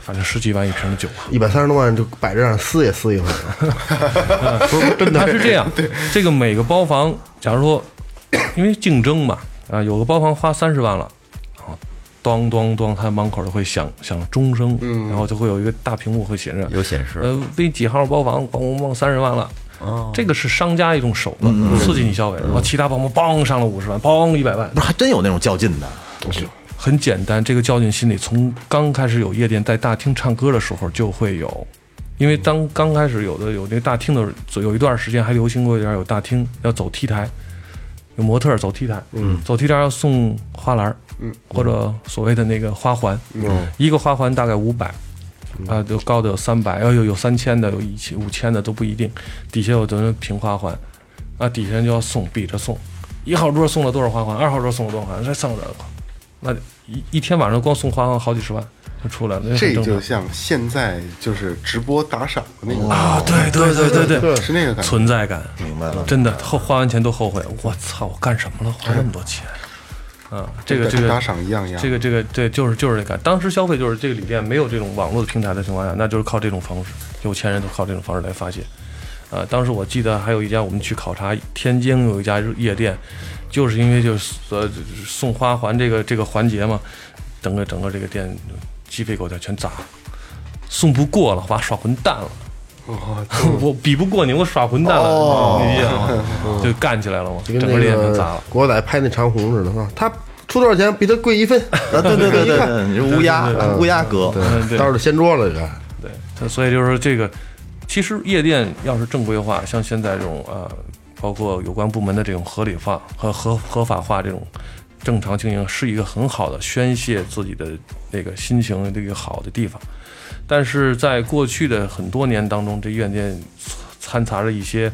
D: 反正十几万一瓶的酒吧。
E: 一百三十多万就摆这样撕也撕一 回，
D: 不是真的，它是这样，这个每个包房，假如说因为竞争嘛，啊，有个包房花三十万了，啊，咚咚咚，它门口就会响响钟声，然后就会有一个大屏幕会显示
B: 有显示
D: 呃，V 几号包房，咣咣咣，三十万了。哦，嗯这个是商家一种手段，刺激你消费。然后其他包房嘣上了五十万，嘣一百万，
C: 不是还真有那种较劲的，啊
D: 很简单。这个较劲心理从刚开始有夜店在大厅唱歌的时候就会有，因为当刚开始有的有那大厅的时候，有一段时间还流行过一点有大厅要走 T 台，有模特儿走 T 台，嗯，走 T 台要送花篮儿，嗯，或者所谓的那个花环，嗯，一个花环大概五百，啊，有高的有三百，要有有三千的，有一千五千的都不一定，底下有的人平花环，啊，底下人就要送，比着送，一号桌送了多少花环，二号桌送了多少花环，再送了多少花环，那一一天晚上光送花环好几十万就出来了，那
F: 这
D: 很正
F: 就
D: 常。
F: 像现在就是直播打赏的那个
D: 啊，对对对对对
F: 是那个感觉。
D: 存在感，明白了，真的后花完钱都后悔，我操，我干什么了，花那么多钱，啊，这个
F: 跟
D: 这个
F: 打赏一样一样
D: 这个这个对，就是就是这感，当时消费就是这个理念没有这种网络的平台的情况下，那就是靠这种方式，有钱人都靠这种方式来发泄，呃，当时我记得还有一家我们去考察，天津有一家夜店，就是因为就是呃送花环这个这个环节嘛，整个整个这个店鸡飞狗跳全砸了，送不过了，花耍混蛋了。
E: 哦
D: 我比不过你，我耍混蛋了，你理解吗？就干起来了嘛，
E: 就
D: 整
E: 跟
D: 个
E: 那
D: 脸全砸
E: 个
D: 了。
E: 国仔拍那长虹似的，是吧？他出多少钱比他贵 一分，
C: 啊，对对对对对，你是乌鸦乌鸦哥，
D: 嗯， 对
E: 到时候掀桌了这个。
D: 对，它所以就是说这个，其实夜店要是正规化，像现在这种啊，包括有关部门的这种合理化和合合法化这种正常经营，是一个很好的宣泄自己的那个心情的一个好的地方。但是在过去的很多年当中，这夜店存掺杂着一些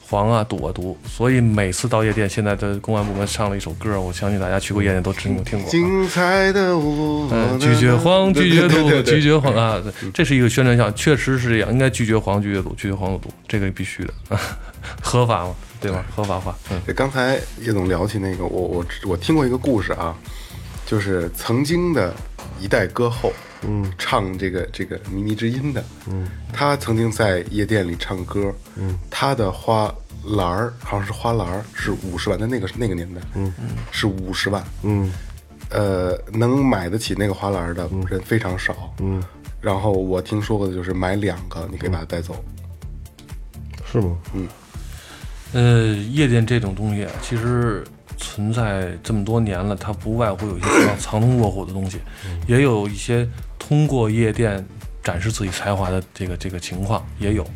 D: 黄啊、赌啊、毒，所以每次到夜店，现在的公安部门上了一首歌，我相信大家去过夜店都听过听过啊。
F: 精彩的我，
D: 嗯，拒绝黄，拒绝
F: 对对
D: 赌，
F: 对对嗯
D: 拒绝黄啊，对这是一个宣传项，确实是这样，应该拒绝黄，拒绝赌，拒绝黄赌毒，这个必须的， 合法嘛，对吧？合法化，嗯，
F: 对，刚才叶总聊起那个，我我我听过一个故事啊，就是曾经的一代歌后，嗯，唱这个这个靡靡之音的，嗯，他曾经在夜店里唱歌，嗯，他的花篮儿好像是花篮儿是五十万，在那个那个年代，嗯，是五十万，嗯，呃，能买得起那个花篮儿的人非常少，嗯，然后我听说过的就是买两个，你可以把它带走，
E: 是吗？
D: 呃，夜店这种东西啊，其实存在这么多年了，它不外乎有一些比较藏 龙卧虎的东西，也有一些通过夜店展示自己才华的这个这个情况也有。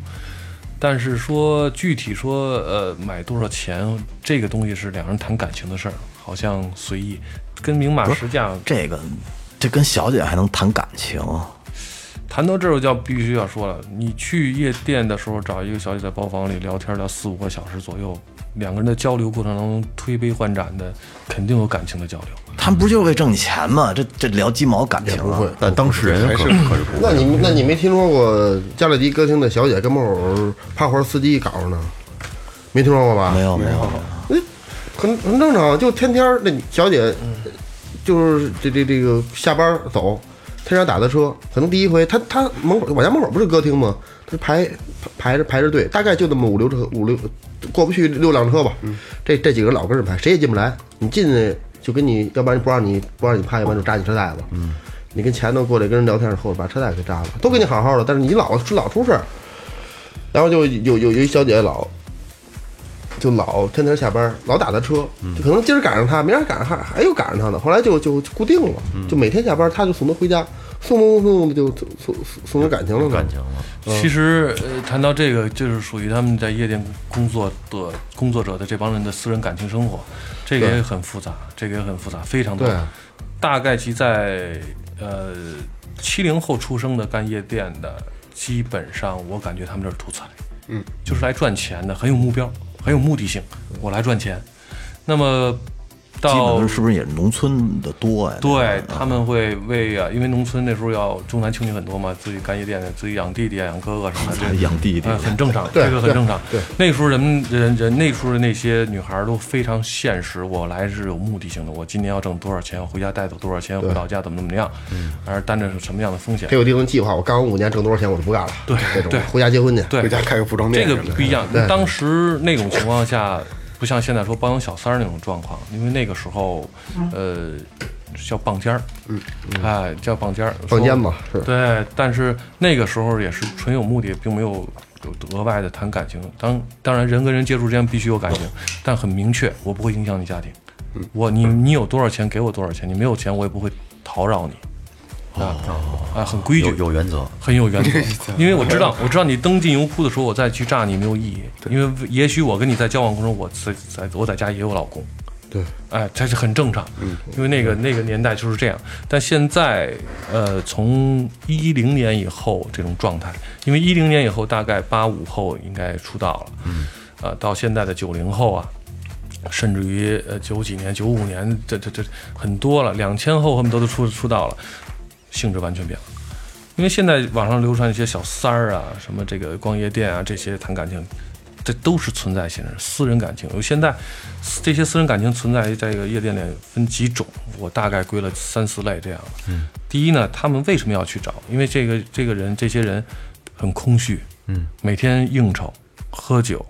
D: 但是说具体说，呃，买多少钱这个东西是两人谈感情的事儿，好像随意，跟明码实价
C: 这个这跟小姐还能谈感情？
D: 谈到这儿，我就要必须要说了，你去夜店的时候找一个小姐在包房里聊天，聊四五个小时左右，两个人的交流过程当中推杯换盏的，肯定有感情的交流。
C: 他们不就是为挣钱吗？这这聊鸡毛感情啊？
E: 会
B: 但当事人
F: 嗯
B: 可可是不
E: 那你那你没听说过加勒比歌厅的小姐跟某趴活司机搞上呢？没听说过吧？
C: 没有没有，
E: 哎很很正常，就天天儿那小姐，就是这这这个下班儿走，天天打的车，可能第一回她她门口我家门口不是歌厅吗？她排排着排着队，大概就那么五六车五六过不去六辆车吧，这这几个人老跟着排，谁也进不来，你进去就跟你要不然不让你不让你拍，要不然就扎你车带子，嗯，你跟前头过来跟人聊天的时候把车带子给扎了，都跟你好好的，但是你老老出事儿，然后就有有有一小姐老就老天天下班，老打他车，
D: 嗯
E: 就可能今儿赶上他，明儿赶上他，还又赶上他呢。后来就就就固定了，
D: 嗯
E: 就每天下班他就送他回家，送送送送就送送送出感情了，感情了。
C: 嗯
D: 其实，呃，谈到这个，就是属于他们在夜店工作的工作者的这帮人的私人感情生活，这个也很复杂，这个也很复杂，非常多。
E: 对啊
D: 大概其在呃七零后出生的干夜店的，基本上我感觉他们这是图财，嗯，就是来赚钱的，很有目标，很有目的性，我来赚钱。那么
C: 基本
D: 到
C: 都是不是也是农村的多呀？
D: 对，他们会为啊，因为农村那时候要重男轻女很多嘛，自己干夜店的，自己养弟弟啊，养哥哥什么的，这
C: 养弟弟
D: 哎很正常，这个很正常。对，那时候人们人人那时候的那些女孩儿都非常现实，我来是有目的性的，我今年要挣多少钱，我回家带走多少钱，回老家怎么怎么样，而担着什么样的风险
E: 他，有定的计划，我干完五年挣多少钱我就不干了，
D: 对
E: 这种
D: 对
E: 回家结婚去。
D: 对
F: 回，家开个服装
D: 这
F: 店
D: 个
F: 什么的，嗯
D: 不一样。当时那种情况下，不像现在说包养小三儿那种状况，因为那个时候，呃，叫棒尖儿，嗯，哎，叫棒尖儿，
E: 棒尖
D: 吧
E: 嘛，是
D: 对，但是那个时候也是纯有目的，并没有有额外的谈感情。当当然，人跟人接触之间必须有感情，但很明确，我不会影响你家庭。
F: 嗯
D: 我你你有多少钱给我多少钱，你没有钱我也不会讨扰你。啊
F: 哦
D: 啊，很规矩，
B: 有有原则，
D: 很有原则，因为我知道，我知道你登进油库的时候，我再去炸你没有意义，因为也许我跟你在交往过程中，我在在我在家也有老公，
E: 对，
D: 哎，这是很正常，因为那个那个年代就是这样。但现在，呃，从一零年以后这种状态，因为一零年以后大概八五后应该出道了，嗯，啊，到现在的九零后啊，甚至于呃九几年、九五年，这这这很多了，两千后恨不得都出出道了，性质完全变了。因为现在网上流传一些小三儿啊，什么这个逛夜店啊，这些谈感情，这都是存在性质，私人感情。有现在私这些私人感情存在于这个夜店里分几种，我大概归了三四类这样。嗯，第一呢，他们为什么要去找？因为这个这个人这些人很空虚，嗯，每天应酬、喝酒，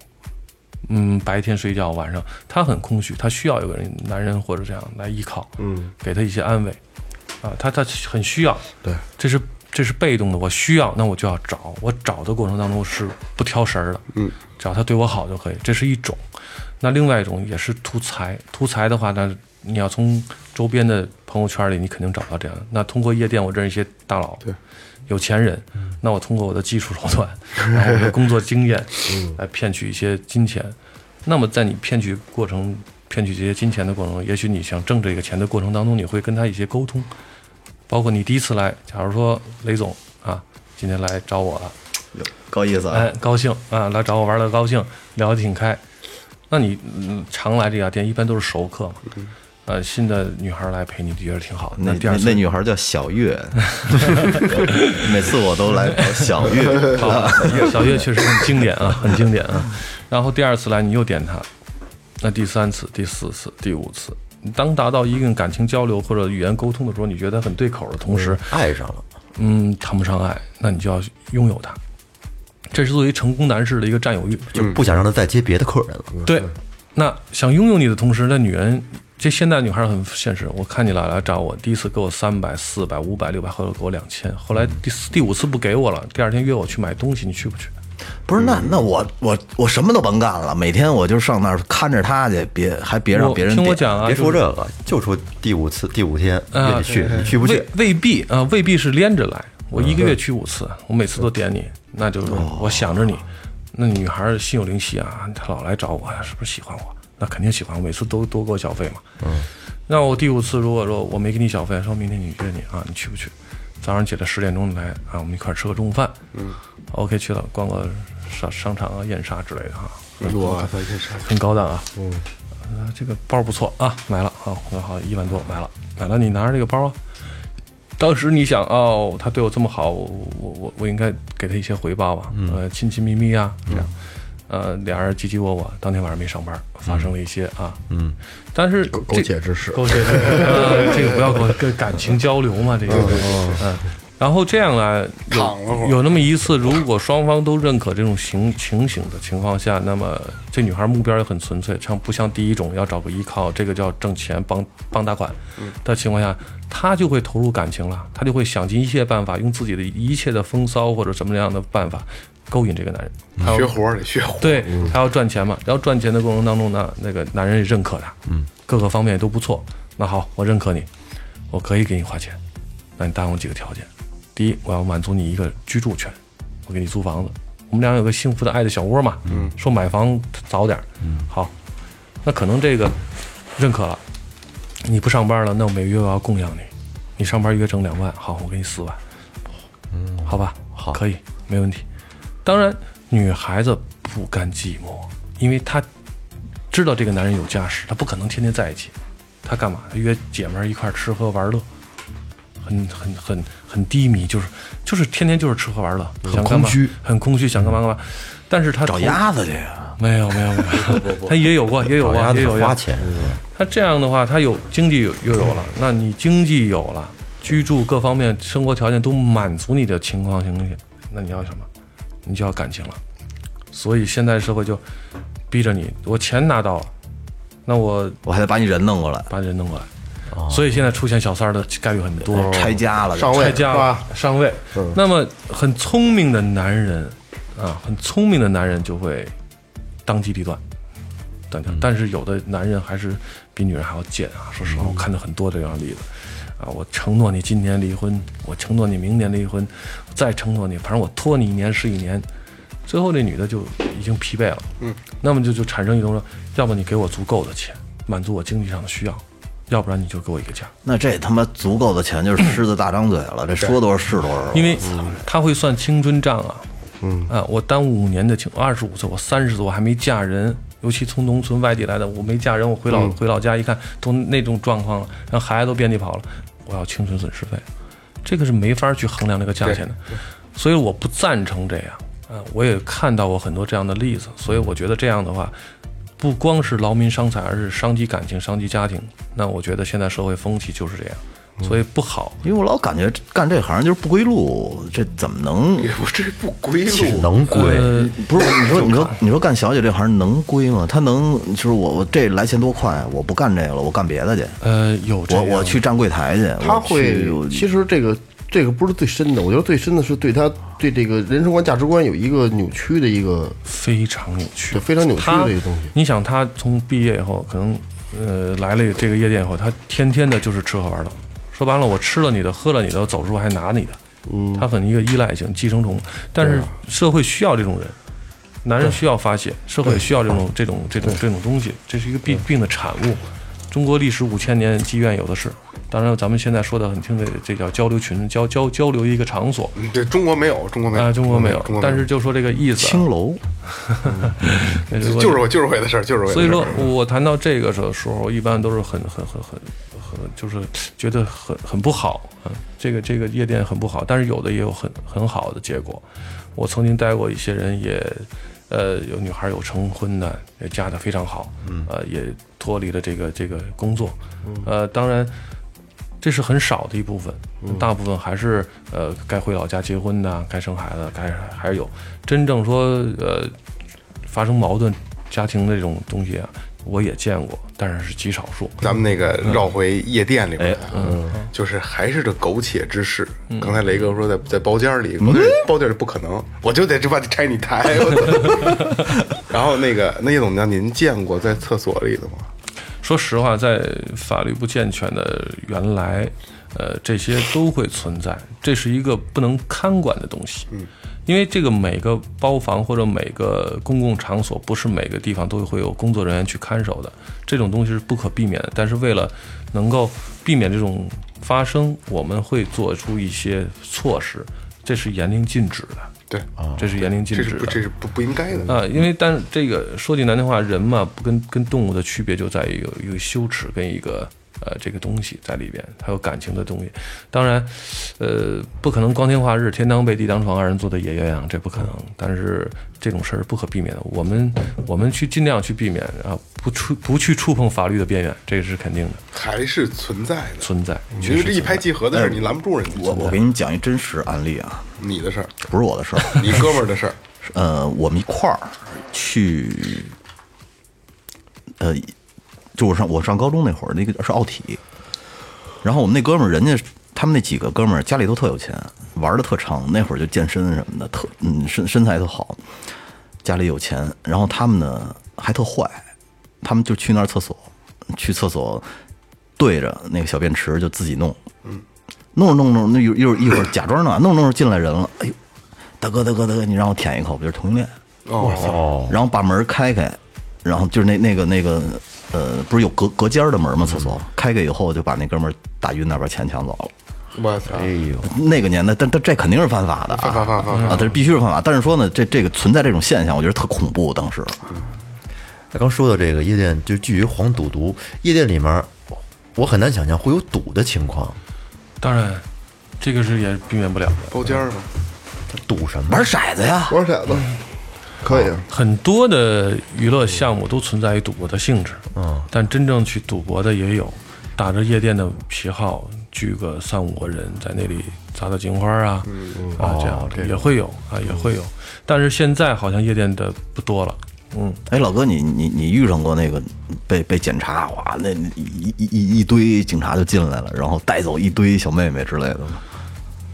D: 嗯，白天睡觉，晚上他很空虚，他需要有个人，男人或者这样来依靠，嗯，给他一些安慰，啊，他他很需要，对，这是这是被动的，我需要，那我就要找，我找的过程当中是不挑食儿的，嗯，只要他对我好就可以，这是一种。那另外一种也是图财，图财的话呢，你要从周边的朋友圈里，你肯定找到这样的。那通过夜店，我认识一些大佬，对，有钱人，那我通过我的技术手段，然后我的工作经 验，来骗取一些金钱。那么在你骗取过程、骗取这些金钱的过程中，也许你想挣这个钱的过程当中，你会跟他一些沟通，包括你第一次来，假如说雷总啊，今天来找我了，
C: 有够意思啊！
D: 哎，高兴啊，来找我玩的高兴，聊得挺开。那你嗯常来这家店，一般都是熟客嘛。呃，新的女孩来陪你，觉得挺好的。
C: 嗯那
D: 第二
C: 那
D: 次
C: 那女孩叫小月，每次我都来找小 月，
D: 好，哦小月确实很经 典啊，很经典啊。然后第二次来你又点他，那第三次、第四次、第五次，当达到一定感情交流或者语言沟通的时候，你觉得很对口的同时，
B: 爱上了，
D: 嗯，谈不上爱，那你就要拥有他。这是作为成功男士的一个占有欲，
B: 就不想让他再接别的客人了。
D: 对，那想拥有你的同时，那女人，这现代女孩很现实。我看你来来找我，第一次给我三百、四百、五百、六百，后来给我两千，后来第四、第五次不给我了，第二天约我去买东西，你去不去？
C: 不是那那我我我什么都甭干了，每天我就上那儿看着她去，别还别让
D: 我
C: 别人
D: 听我
C: 点
D: 讲啊，
B: 别
D: 就
B: 说
D: 是啊
B: 这个，就说第五次、第五天约你去，你去不去
D: 未？未必啊、未必是连着来。我一个月去五次，我每次都点你，那就是我想着你。那女孩儿心有灵犀啊，她老来找我，是不是喜欢我？那肯定喜欢我，每次都多给我小费嘛。嗯，那我第五次如果说我没给你小费，说明天你约你啊，你去不去？早上起来十点钟来啊，我们一块儿吃个中午饭。嗯，OK 去了，逛个商商场啊、燕莎之类的啊，
F: 哇塞，这啥？
D: 很高档啊。嗯，这个包不错啊，买了啊，我好一万多买了，买了你拿着这个包啊。当时你想哦，他对我这么好，我我我我应该给他一些回报吧，呃，亲亲密密啊，这样，呃，俩人唧唧我我，当天晚上没上班，发生了一些啊，嗯，但是这
E: 苟且之事，
D: 勾结， 呃，这个不要勾，跟感情交流嘛，这个，嗯，然后这样啊，有有那么一次，如果双方都认可这种情情形的情况下，那么这女孩目标也很纯粹，像不像第一种要找个依靠，这个叫挣钱帮帮打款的情况下，她就会投入感情了，她就会想尽一切办法，用自己的一切的风骚或者什么样的办法勾引这个男人，还有
F: 学活儿得学活儿，
D: 对，他要赚钱嘛，然后赚钱的过程当中呢，那个男人也认可他，嗯，各个方面都不错。那好，我认可你，我可以给你花钱，那你答应我几个条件：第一，我要满足你一个居住权，我给你租房子，我们俩有个幸福的爱的小窝嘛，嗯，说买房早点，嗯，好，那可能这个认可了，你不上班了，那我每月我要供养你，你上班一月挣两万，好，我给你四万，嗯，好吧，好，可以，没问题。当然，女孩子不甘寂寞，因为她知道这个男人有家室，她不可能天天在一起。她干嘛？她约姐们儿一块儿吃喝玩乐，很很很很低迷，就是就是天天就是吃喝玩乐，想干嘛
C: 空虚，
D: 很空虚，想干嘛干嘛。但是她
C: 找
D: 同
C: 鸭子去啊呀，
D: 没有没有没有，他也有过，也有
B: 老
D: 过，
B: 鸭
D: 也
B: 子
D: 有
B: 花。钱，
D: 他这样的话，他有经济有又有了，那你经济有了，居住各方面生活条件都满足你的情况情下，那你要什么？你就要感情了。所以现在社会就逼着你，我钱拿到了，那我
C: 我还得把你人弄过来，
D: 把人弄过来。所以现在出现小三儿的概率很多。
C: 拆家了就，
E: 上位
D: 拆家
E: 是吧？嗯
D: 上位。那么很聪明的男人啊，很聪明的男人就会当机立断。但
E: 嗯
D: 但是有的男人还是比女人还要贱啊！说实
E: 嗯
D: 话，我看到很多这样的例子啊。我承诺你今年离婚，我承诺你明年离婚，再承诺你，反正我拖你一年是一年。最后这女的就已经疲惫了，嗯，那么就就产生一种说，要么你给我足够的钱，满足我经济上的需要，要不然你就给我一个家。
C: 那这他妈足够的钱就是狮子大张嘴了，这说多少是多少。
D: 因为他会算青春账啊，嗯啊，我耽误五年的青，二十五岁，我三十岁，我还没嫁人，尤其从农村外地来的，我没嫁人，我回
C: 嗯
D: 老、回老家一看，都那种状况了，然后孩子都遍地跑了，我要青春损失费，这个是没法去衡量这个价钱的，所以我不赞成这样啊，我也看到过很多这样的例子，所以我觉得这样的话。不光是劳民伤财，而是伤及感情、伤及家庭。那我觉得现在社会风气就是这样，
C: 嗯
D: 所以不好。
C: 因为我老感觉干这行就是不归路，这怎么能
F: 也不这不归
B: 只
F: 路。
B: 能归。
D: 呃，
C: 不是？你说你说你说干小姐这行能归吗？她能就是我我这来钱多快，我不干这个了，我干别的去，
D: 呃，有这
C: 我
D: 样
C: 我去站柜台去，
E: 他
C: 我
E: 会
C: 去我，
E: 其实这个这个不是最深的，我觉得最深的是对他对这个人生观、价值观有一个扭曲的一个
D: 非常扭曲，
E: 对非常扭曲
D: 他
E: 的一个东西。
D: 你想，他从毕业以后，可能呃来了这个夜店以后，他天天的就是吃喝玩乐。说白了，我吃了你的，喝了你的，我走时候还拿你的，嗯，他很一个依赖性寄生虫。但是社会需要这种人，男人需要发泄，社会需要这种这种这种这种东西，这是一个病病的产物。中国历史五千年积怨有的是，当然，咱们现在说的很清楚，这叫交流群，交交交流一个场所。
F: 嗯对，中国没有，中国没有，
D: 啊，中国没有
F: 中
E: 嗯
F: 国，
D: 但是就说这个意思啊，
C: 青楼
D: 那
F: 就就是我就是我的事儿，就是我的事
D: 所
F: 儿。
D: 以说我谈到这个时候，时候一般都是很很很很很，就是觉得很很不好啊。这个这个夜店很不好，但是有的也有很很好的结果。我曾经带过一些人也，呃，有女孩有成婚的，也嫁得非常好，呃，也脱离了这个这个工作，呃，当然。这是很少的一部分，大部分还是呃该回老家结婚的，该生孩子，该还是有真正说呃发生矛盾家庭的这种东西啊，我也见过，但是是极少数。
F: 咱们那个
D: 嗯
F: 绕回夜店里
D: 哎
F: 面，嗯，就是还是这苟且之事。
D: 嗯
F: 刚才雷哥说在在包间里，我说包间里不可能，我就得这把你拆你台。 我操然后那个那叶总，那您见过在厕所里的吗？
D: 说实话，在法律不健全的原来，呃，这些都会存在，这是一个不能看管的东西。嗯，因为这个每个包房或者每个公共场所，不是每个地方都会有工作人员去看守的，这种东西是不可避免的。但是为了能够避免这种发生，我们会做出一些措施，这是严令禁止的，
F: 对，
D: 这是严令禁
F: 哦这
D: 止
F: 是不
D: 的。
F: 这是不不应该的。
D: 啊，因为但是这个说句难听话，人嘛，不跟跟动物的区别就在于有一个羞耻跟一个呃这个东西在里边，还有感情的东西。当然，呃，不可能光天化日，天当被地当床，二人做的野鸳鸯，这不可能。但是这种事儿不可避免的，我们我们去尽量去避免啊，不触不去触碰法律的边缘，这个是肯定的，
F: 还是存在的。
D: 存在。
F: 其实这一拍即合的事儿，
C: 哎
F: 嗯你拦不住人家。
C: 我我给你们讲一真实案例啊，
F: 你的事儿，
C: 不是我的事儿。
F: 你哥们儿的事儿，
C: 呃，我们一块儿去，呃，就我上我上高中那会儿，那个是奥体，然后我们那哥们儿，人家他们那几个哥们儿家里都特有钱，玩的特长，那会儿就健身什么的，特嗯身身材特好，家里有钱，然后他们呢还特坏，他们就去那儿厕所，去厕所对着那个小便池就自己弄，弄着弄着，那一会儿一会儿假装呢，弄着弄着进来人了，哎 呦，大哥大哥大哥，你让我舔一口，我就是同性恋。
B: 哦，
C: 然后把门开开，然后就是那那个那个呃，不是有隔隔间儿的门吗？厕
D: 嗯
C: 所开开以后，就把那哥们儿打晕那边钱抢走了。
F: 我操！
B: 哎呦，
C: 那个年代，但但这肯定是犯法的啊，
F: 犯法犯法
C: 啊，但是必须是犯法。但是说呢，这这个存在这种现象，我觉得特恐怖。当时
F: 嗯
B: 他刚说到这个夜店，就基于黄赌毒，夜店里面，我很难想象会有赌的情况，
D: 当然，这个是也避免不了的。
F: 包间儿嘛，
B: 赌什么？
C: 玩骰子呀，
E: 多少骰子？
D: 嗯
E: 可以啊，
D: 很多的娱乐项目都存在于赌博的性质，嗯，但真正去赌博的也有，打着夜店的旗号聚个三五个人在那里砸砸金花啊，啊这样的也会有啊也会有，但是现在好像夜店的不多了，嗯，
C: 哎，老哥，你你你遇上过那个被被检查哇，那一一一一堆警察就进来了，然后带走一堆小妹妹之类的吗？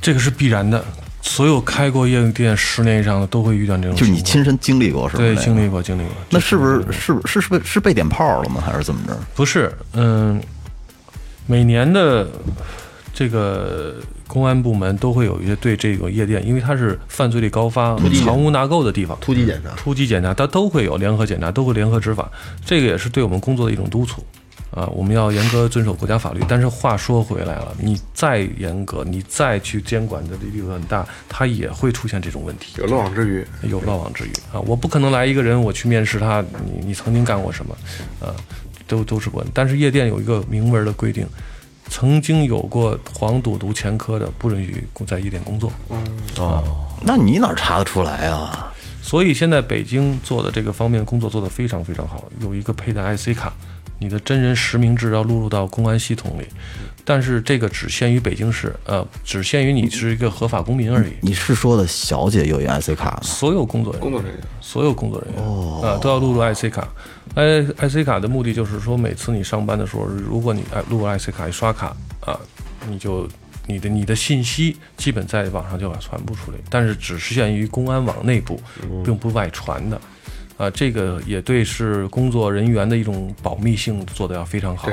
D: 这个是必然的，所有开过夜店十年以上的都会遇到这种情况，
C: 就是你亲身经历过是吧？
D: 对
C: 那个
D: 经历过经历过，
C: 那是不是是不是是被是被点炮了吗？还是怎么着？
D: 不是，嗯，每年的这个公安部门都会有一些对这个夜店，因为它是犯罪率高发、藏污纳垢的地方，
E: 突击检查。
D: 突击检查，它都会有联合检查，都会联合执法，这个也是对我们工作的一种督促。啊，我们要严格遵守国家法律。但是话说回来了，你再严格，你再去监管的力度很大，它也会出现这种问题。
F: 有漏网之鱼。
D: 有漏网之鱼啊！我不可能来一个人，我去面试他，你你曾经干过什么，呃，都都是不问。但是夜店有一个明文的规定，曾经有过黄赌毒前科的，不允许在夜店工作。
C: 那你哪查得出来啊？
D: 所以现在北京做的这个方面工作做得非常非常好，有一个佩戴 IC 卡，你的真人实名制要录入到公安系统里，但是这个只限于北京市，呃，只限于你是一个合法公民而已。
C: 你是说的小姐有一 IC 卡吗？
D: 所有工作人员，
F: 工作人员
D: 所有工作人员啊、都要录入 IC 卡。I IC 卡的目的就是说，每次你上班的时候，如果你哎录入 IC 卡一刷卡啊，你就你的你的信息基本在网上就把传播出来，但是只是限于公安网内部，并不外传的。啊，这个也对是工作人员的一种保密性做得要非常好，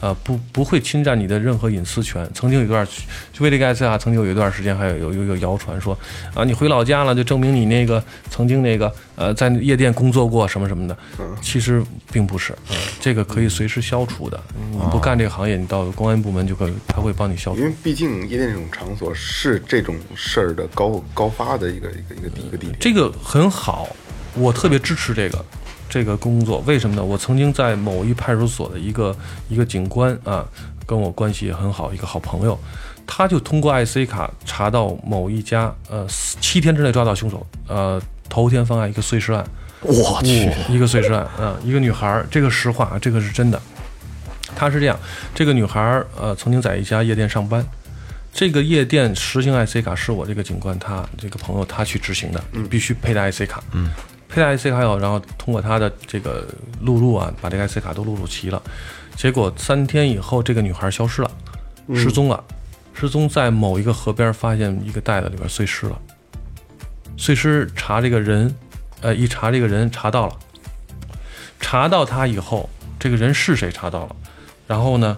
D: 啊，不不会侵占你的任何隐私权。曾经有一段，就为这个 S 啊，曾经有一段时间还有有有有谣传说，啊，你回老家了就证明你那个曾经那个呃在夜店工作过什么什么的，其实并不是，呃这个可以随时消除的。你不干这个行业，你到公安部门就可以，他会帮你消除
F: 因。为毕竟夜店这种场所是这种事儿的高高发的一个一个一个地一个地点。
D: 这个很好，我特别支持这个这个工作。为什么呢？我曾经在某一派出所的一个一个警官啊，跟我关系也很好，一个好朋友，他就通过 IC 卡查到某一家呃四七天之内抓到凶手，呃头天犯案一个碎尸案，
C: 我去，
D: 一个碎尸案啊、一个女孩儿，这个实话，啊这个是真的。她是这样，这个女孩儿呃曾经在一家夜店上班，这个夜店实行 IC 卡是我这个警官他这个朋友他去执行的，必须佩戴 IC 卡，嗯，佩戴 IC 卡以后，然后通过他的这个录入啊，把这个 IC 卡都录入齐了，结果三天以后这个女孩消失了，失踪了，失踪在某一个河边发现一个袋子里边碎尸了。碎尸查这个人，呃，一查这个人查到了，查到他以后，这个人是谁查到了，然后呢，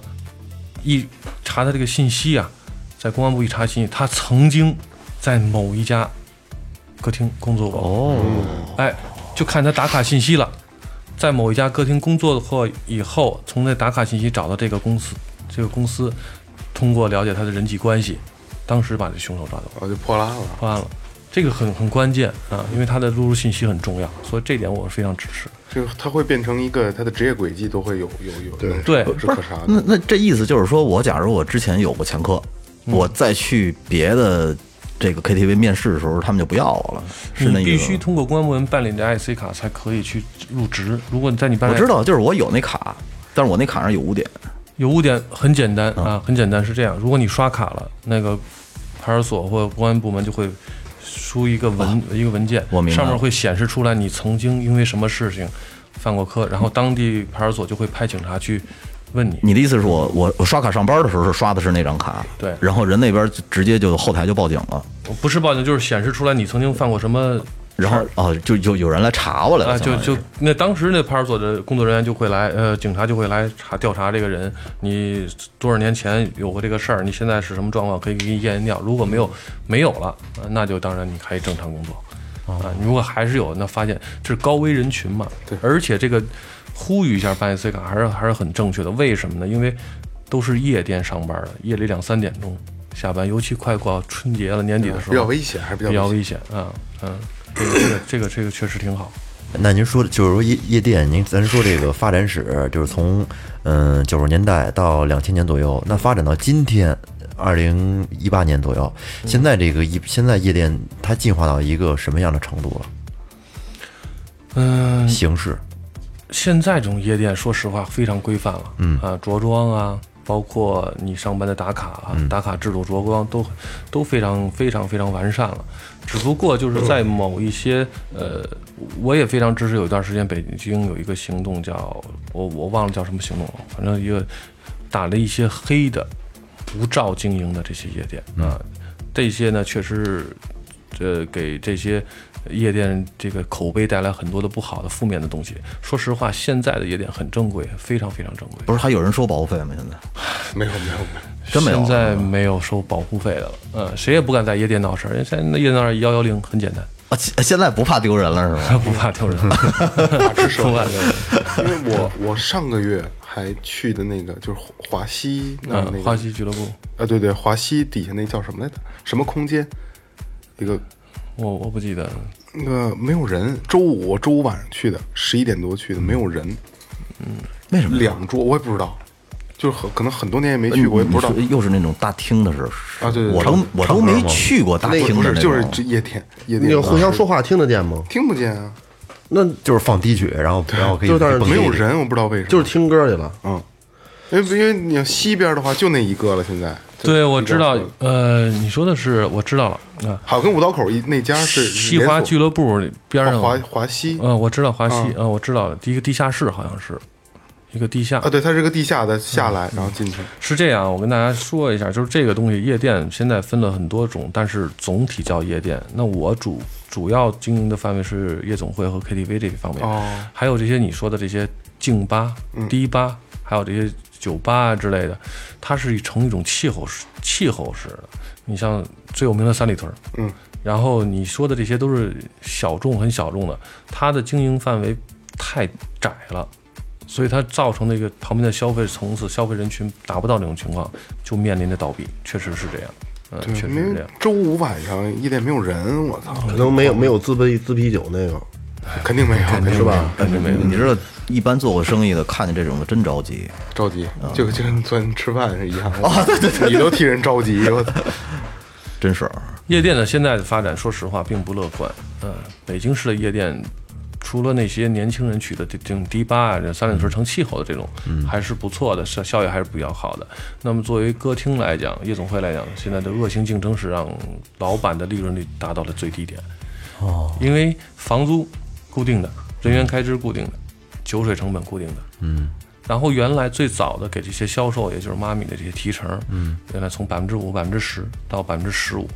D: 一查他这个信息啊，在公安部一查信息，他曾经在某一家歌厅工作过哦，哎，就看他打卡信息了，在某一家歌厅工作过以后，从那打卡信息找到这个公司，这个公司通过了解他的人际关系，当时把这凶手抓走了。
F: 然后就破烂了。
D: 破案了，这个很很关键啊，因为它的录入信息很重要，所以这点我是非常支持。
F: 就是它会变成一个它的职业轨迹都会有有有对
D: 对
F: 是
C: 不
F: 可
C: 是
F: 查
C: 那
F: 的。
C: 那这意思就是说，我假如我之前有过前科，
D: 嗯
C: 我再去别的这个 KTV 面试的时候，他们就不要我了，是那
D: 你
C: 意
D: 必
C: 思
D: 须
C: 吗？
D: 通过公安部门办理的 IC 卡才可以去入职。如果你在你办
C: 我
D: 理，
C: 知道，就是我有那卡，但是我那卡上有污点，
D: 有污点很简单
C: 嗯
D: 啊，很简单是这样，如果你刷卡了，那个派出所或公安部门就会。输一个文、一个文件，
C: 哦我明白
D: 上面会显示出来你曾经因为什么事情犯过科，然后当地派出所就会派警察去问你。
C: 你的意思是我我我刷卡上班的时候是刷的是那张卡，
D: 对
C: 然后人那边就直接就后台就报警了，
D: 不是报警，就是显示出来你曾经犯过什么
C: 然后哦就就有人来查我来了，
D: 啊，
C: 相
D: 就
C: 当于
D: 就那当时那派出所的工作人员就会来，呃，警察就会来查调查这个人，你多少年前有过这个事儿，你现在是什么状况，可以给你验一尿。如果没有没有了，呃那就当然你可以正常工作。啊，如果还是有，那发现这是高危人群嘛。对，而且这个呼吁一下办 IC 卡还是还是很正确的。为什么呢？因为都是夜店上班的，夜里两三点钟下班，尤其快过春节了，年底的时候
F: 嗯比较危险，还是比
D: 比较
F: 较
D: 危
F: 危
D: 险啊，嗯，这个这个这个这个确实挺好。
B: 那您说，就是说夜夜店，您咱说这个发展史，就是从嗯九十年代到两千年左右，那发展到今天二零一八年左右，现在这个一现在夜店它进化到一个什么样的程度了？
D: 嗯，
B: 形式
D: 现在这种夜店，说实话非常规范了，嗯啊，着装啊，包括你上班的打卡啊，打卡制度、着装都都非常非常非常完善了。只不过就是在某一些呃，我也非常支持。有一段时间，北京有一个行动叫我我忘了叫什么行动了，反正一个打了一些黑的无照经营的这些夜店啊，这些呢确实这给这些夜店这个口碑带来很多的不好的负面的东西。说实话，现在的夜店很正规，非常非常正规。
C: 不是还有人收保护费吗？现在
F: 险。没有没有没有，
C: 真没有
D: 现在没有收保护费的了，嗯，谁也不敢在夜店闹事儿，因为现在夜店闹事幺幺零很简 单，
C: 啊，现现在不怕丢人了是吗？
D: 不怕 丢人，不怕丢人。
F: 因为我我上个月还去的那个就是华西那那
D: 嗯，
F: 个
D: 花溪俱乐部，
F: 啊对对华西底下那叫什么来着？什么空间？一个
D: 我我不记得，
F: 那个没有人，周五我周五晚上去的，十一点多去的，没有人。嗯，
C: 为什么
F: 两桌我也不知道，就是很可能很多年也没去过，我也不知道
C: 你。说又是那种大厅的是
F: 啊对对对
C: 我都我都没去过大厅
F: 不是，
C: 的那
F: 就是
C: 种
F: 这夜店，夜
E: 那
F: 店
E: 个互相说话听得见吗？
D: 嗯
F: 听不见啊，
E: 那
B: 就是放低曲，然后然后可以
E: 就在那儿
B: 蹦迪
F: 没有人，我不知道为什么。
E: 就是听歌去了。
F: 嗯，因为因为你要西边的话，就那一个了，现在。
D: 对，我
F: 就
D: 知道，呃，你说的是我知道了啊，
F: 好跟五道口一那家是
D: 西华俱
F: 乐
D: 乐部边上
F: 华华西，
D: 嗯，我知道华西
F: 啊，
D: 嗯，我知道，第一个地下室好像是，一个地下
F: 啊，对，它是个地下的下来，然后进去。
D: 是这样，我跟大家说一下，就是这个东西，夜店现在分了很多种，但是总体叫夜店。那我主主要经营的范围是夜总会和 KTV 这一方面，
F: 哦
D: 还有这些你说的这些静吧、
F: 嗯
D: 迪吧，还有这些酒吧啊之类的，它是成一种气候式气候式的。你像最有名的三里屯，
F: 嗯，
D: 然后你说的这些都是小众很小众的，它的经营范围太窄了。所以它造成那个旁边的消费层次、消费人群达不到那种情况，就面临着倒闭，确实是这样，嗯，确
F: 因
D: 实是这
F: 为
D: 样。
F: 周五晚上夜店没有人，我操，
E: 可能没有没有自备自啤酒那个，
F: 肯定没有，是吧？
C: 哎，没没，你知道，一般做过生意的看见这种的真着急。
F: 着急，就就跟昨天吃饭是一样的。对对对，你都替人着急，我操！
C: 真是，
D: 夜店的现在的发展，说实话并不乐观。嗯，北京市的夜店，除了那些年轻人去的这这种迪吧啊、这三里屯成气候的这种，还是不错的，效效益还是比较好的。那么作为歌厅来讲，夜总会来讲，现在的恶性竞争是让老板的利润率达到了最低点。哦，因为房租固定的，人员开支固定的，酒水成本固定的，然后原来最早的给这些销售，也就是妈咪的这些提成，嗯，原来从百分之五、百分之十到百分之十五，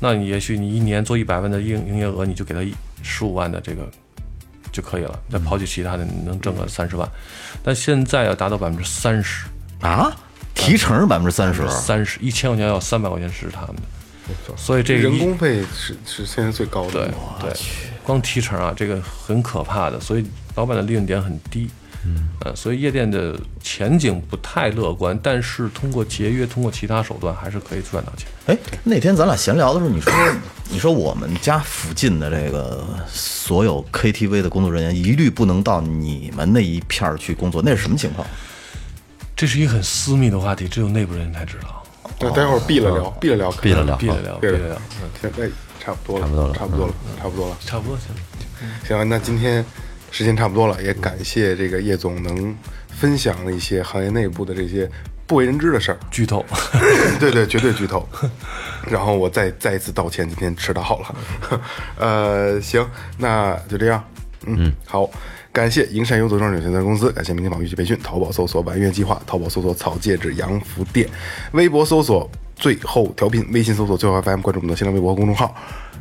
D: 那你也许你一年做一百万的营营业额，你就给他十五万的这个就可以了，再刨去其他的，你能挣
F: 嗯
D: 个三十万。但现在要达到百分之三十，
C: 啊，提成百分之三十，
D: 三十一千块钱要三百块钱是他们的，所以这个
F: 人
D: 一
F: 工费是是现在最高的。
D: 对对，光提成啊，这个很可怕的，所以老板的利润点很低。嗯，呃，所以夜店的前景不太乐观，但是通过节约，通过其他手段，还是可以赚到钱。
C: 哎，那天咱俩闲聊的时候，你说 你说我们家附近的这个所有 KTV 的工作人员一律不能到你们那一片儿去工作，那是什么情况？
D: 这是一个很私密的话题，只有内部人才知道。
F: 那待会儿闭了聊，闭了聊，
B: 闭了聊
D: 闭了聊，嗯闭
F: 啊对
D: 了
F: 对
D: 聊，嗯，
F: 行，哎，差不多了，差不多了，差不多了，嗯差不多了。
D: 差不多行了。
F: 行，那今天时间差不多了，也感谢这个叶总能分享了一些行业内部的这些不为人知的事儿。
D: 剧透，
F: 对对，绝对剧透。然后我再再一次道歉，今天迟到了。 呃，行，那就这样。嗯，好，感谢营山优左庄有限责任公司，感谢明天宝玉去培训，淘宝搜索“玩乐计划”，淘宝搜索“草戒指洋服店”，微博搜索“最后调频”，微信搜索“最后 FM”，关注我们的新浪微博和公众号，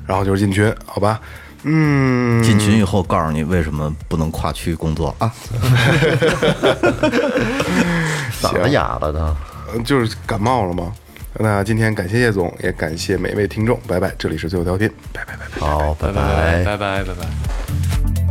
F: 然后就是进群，好吧？嗯，
C: 进群以后告诉你为什么不能跨区工作啊？
B: 咋了哑了呢？
F: 呃就是感冒了嘛。那今天感谢叶总，也感谢每位听众，拜拜。这里是最后调频，拜拜拜拜。
B: 好，拜
D: 拜拜拜拜拜。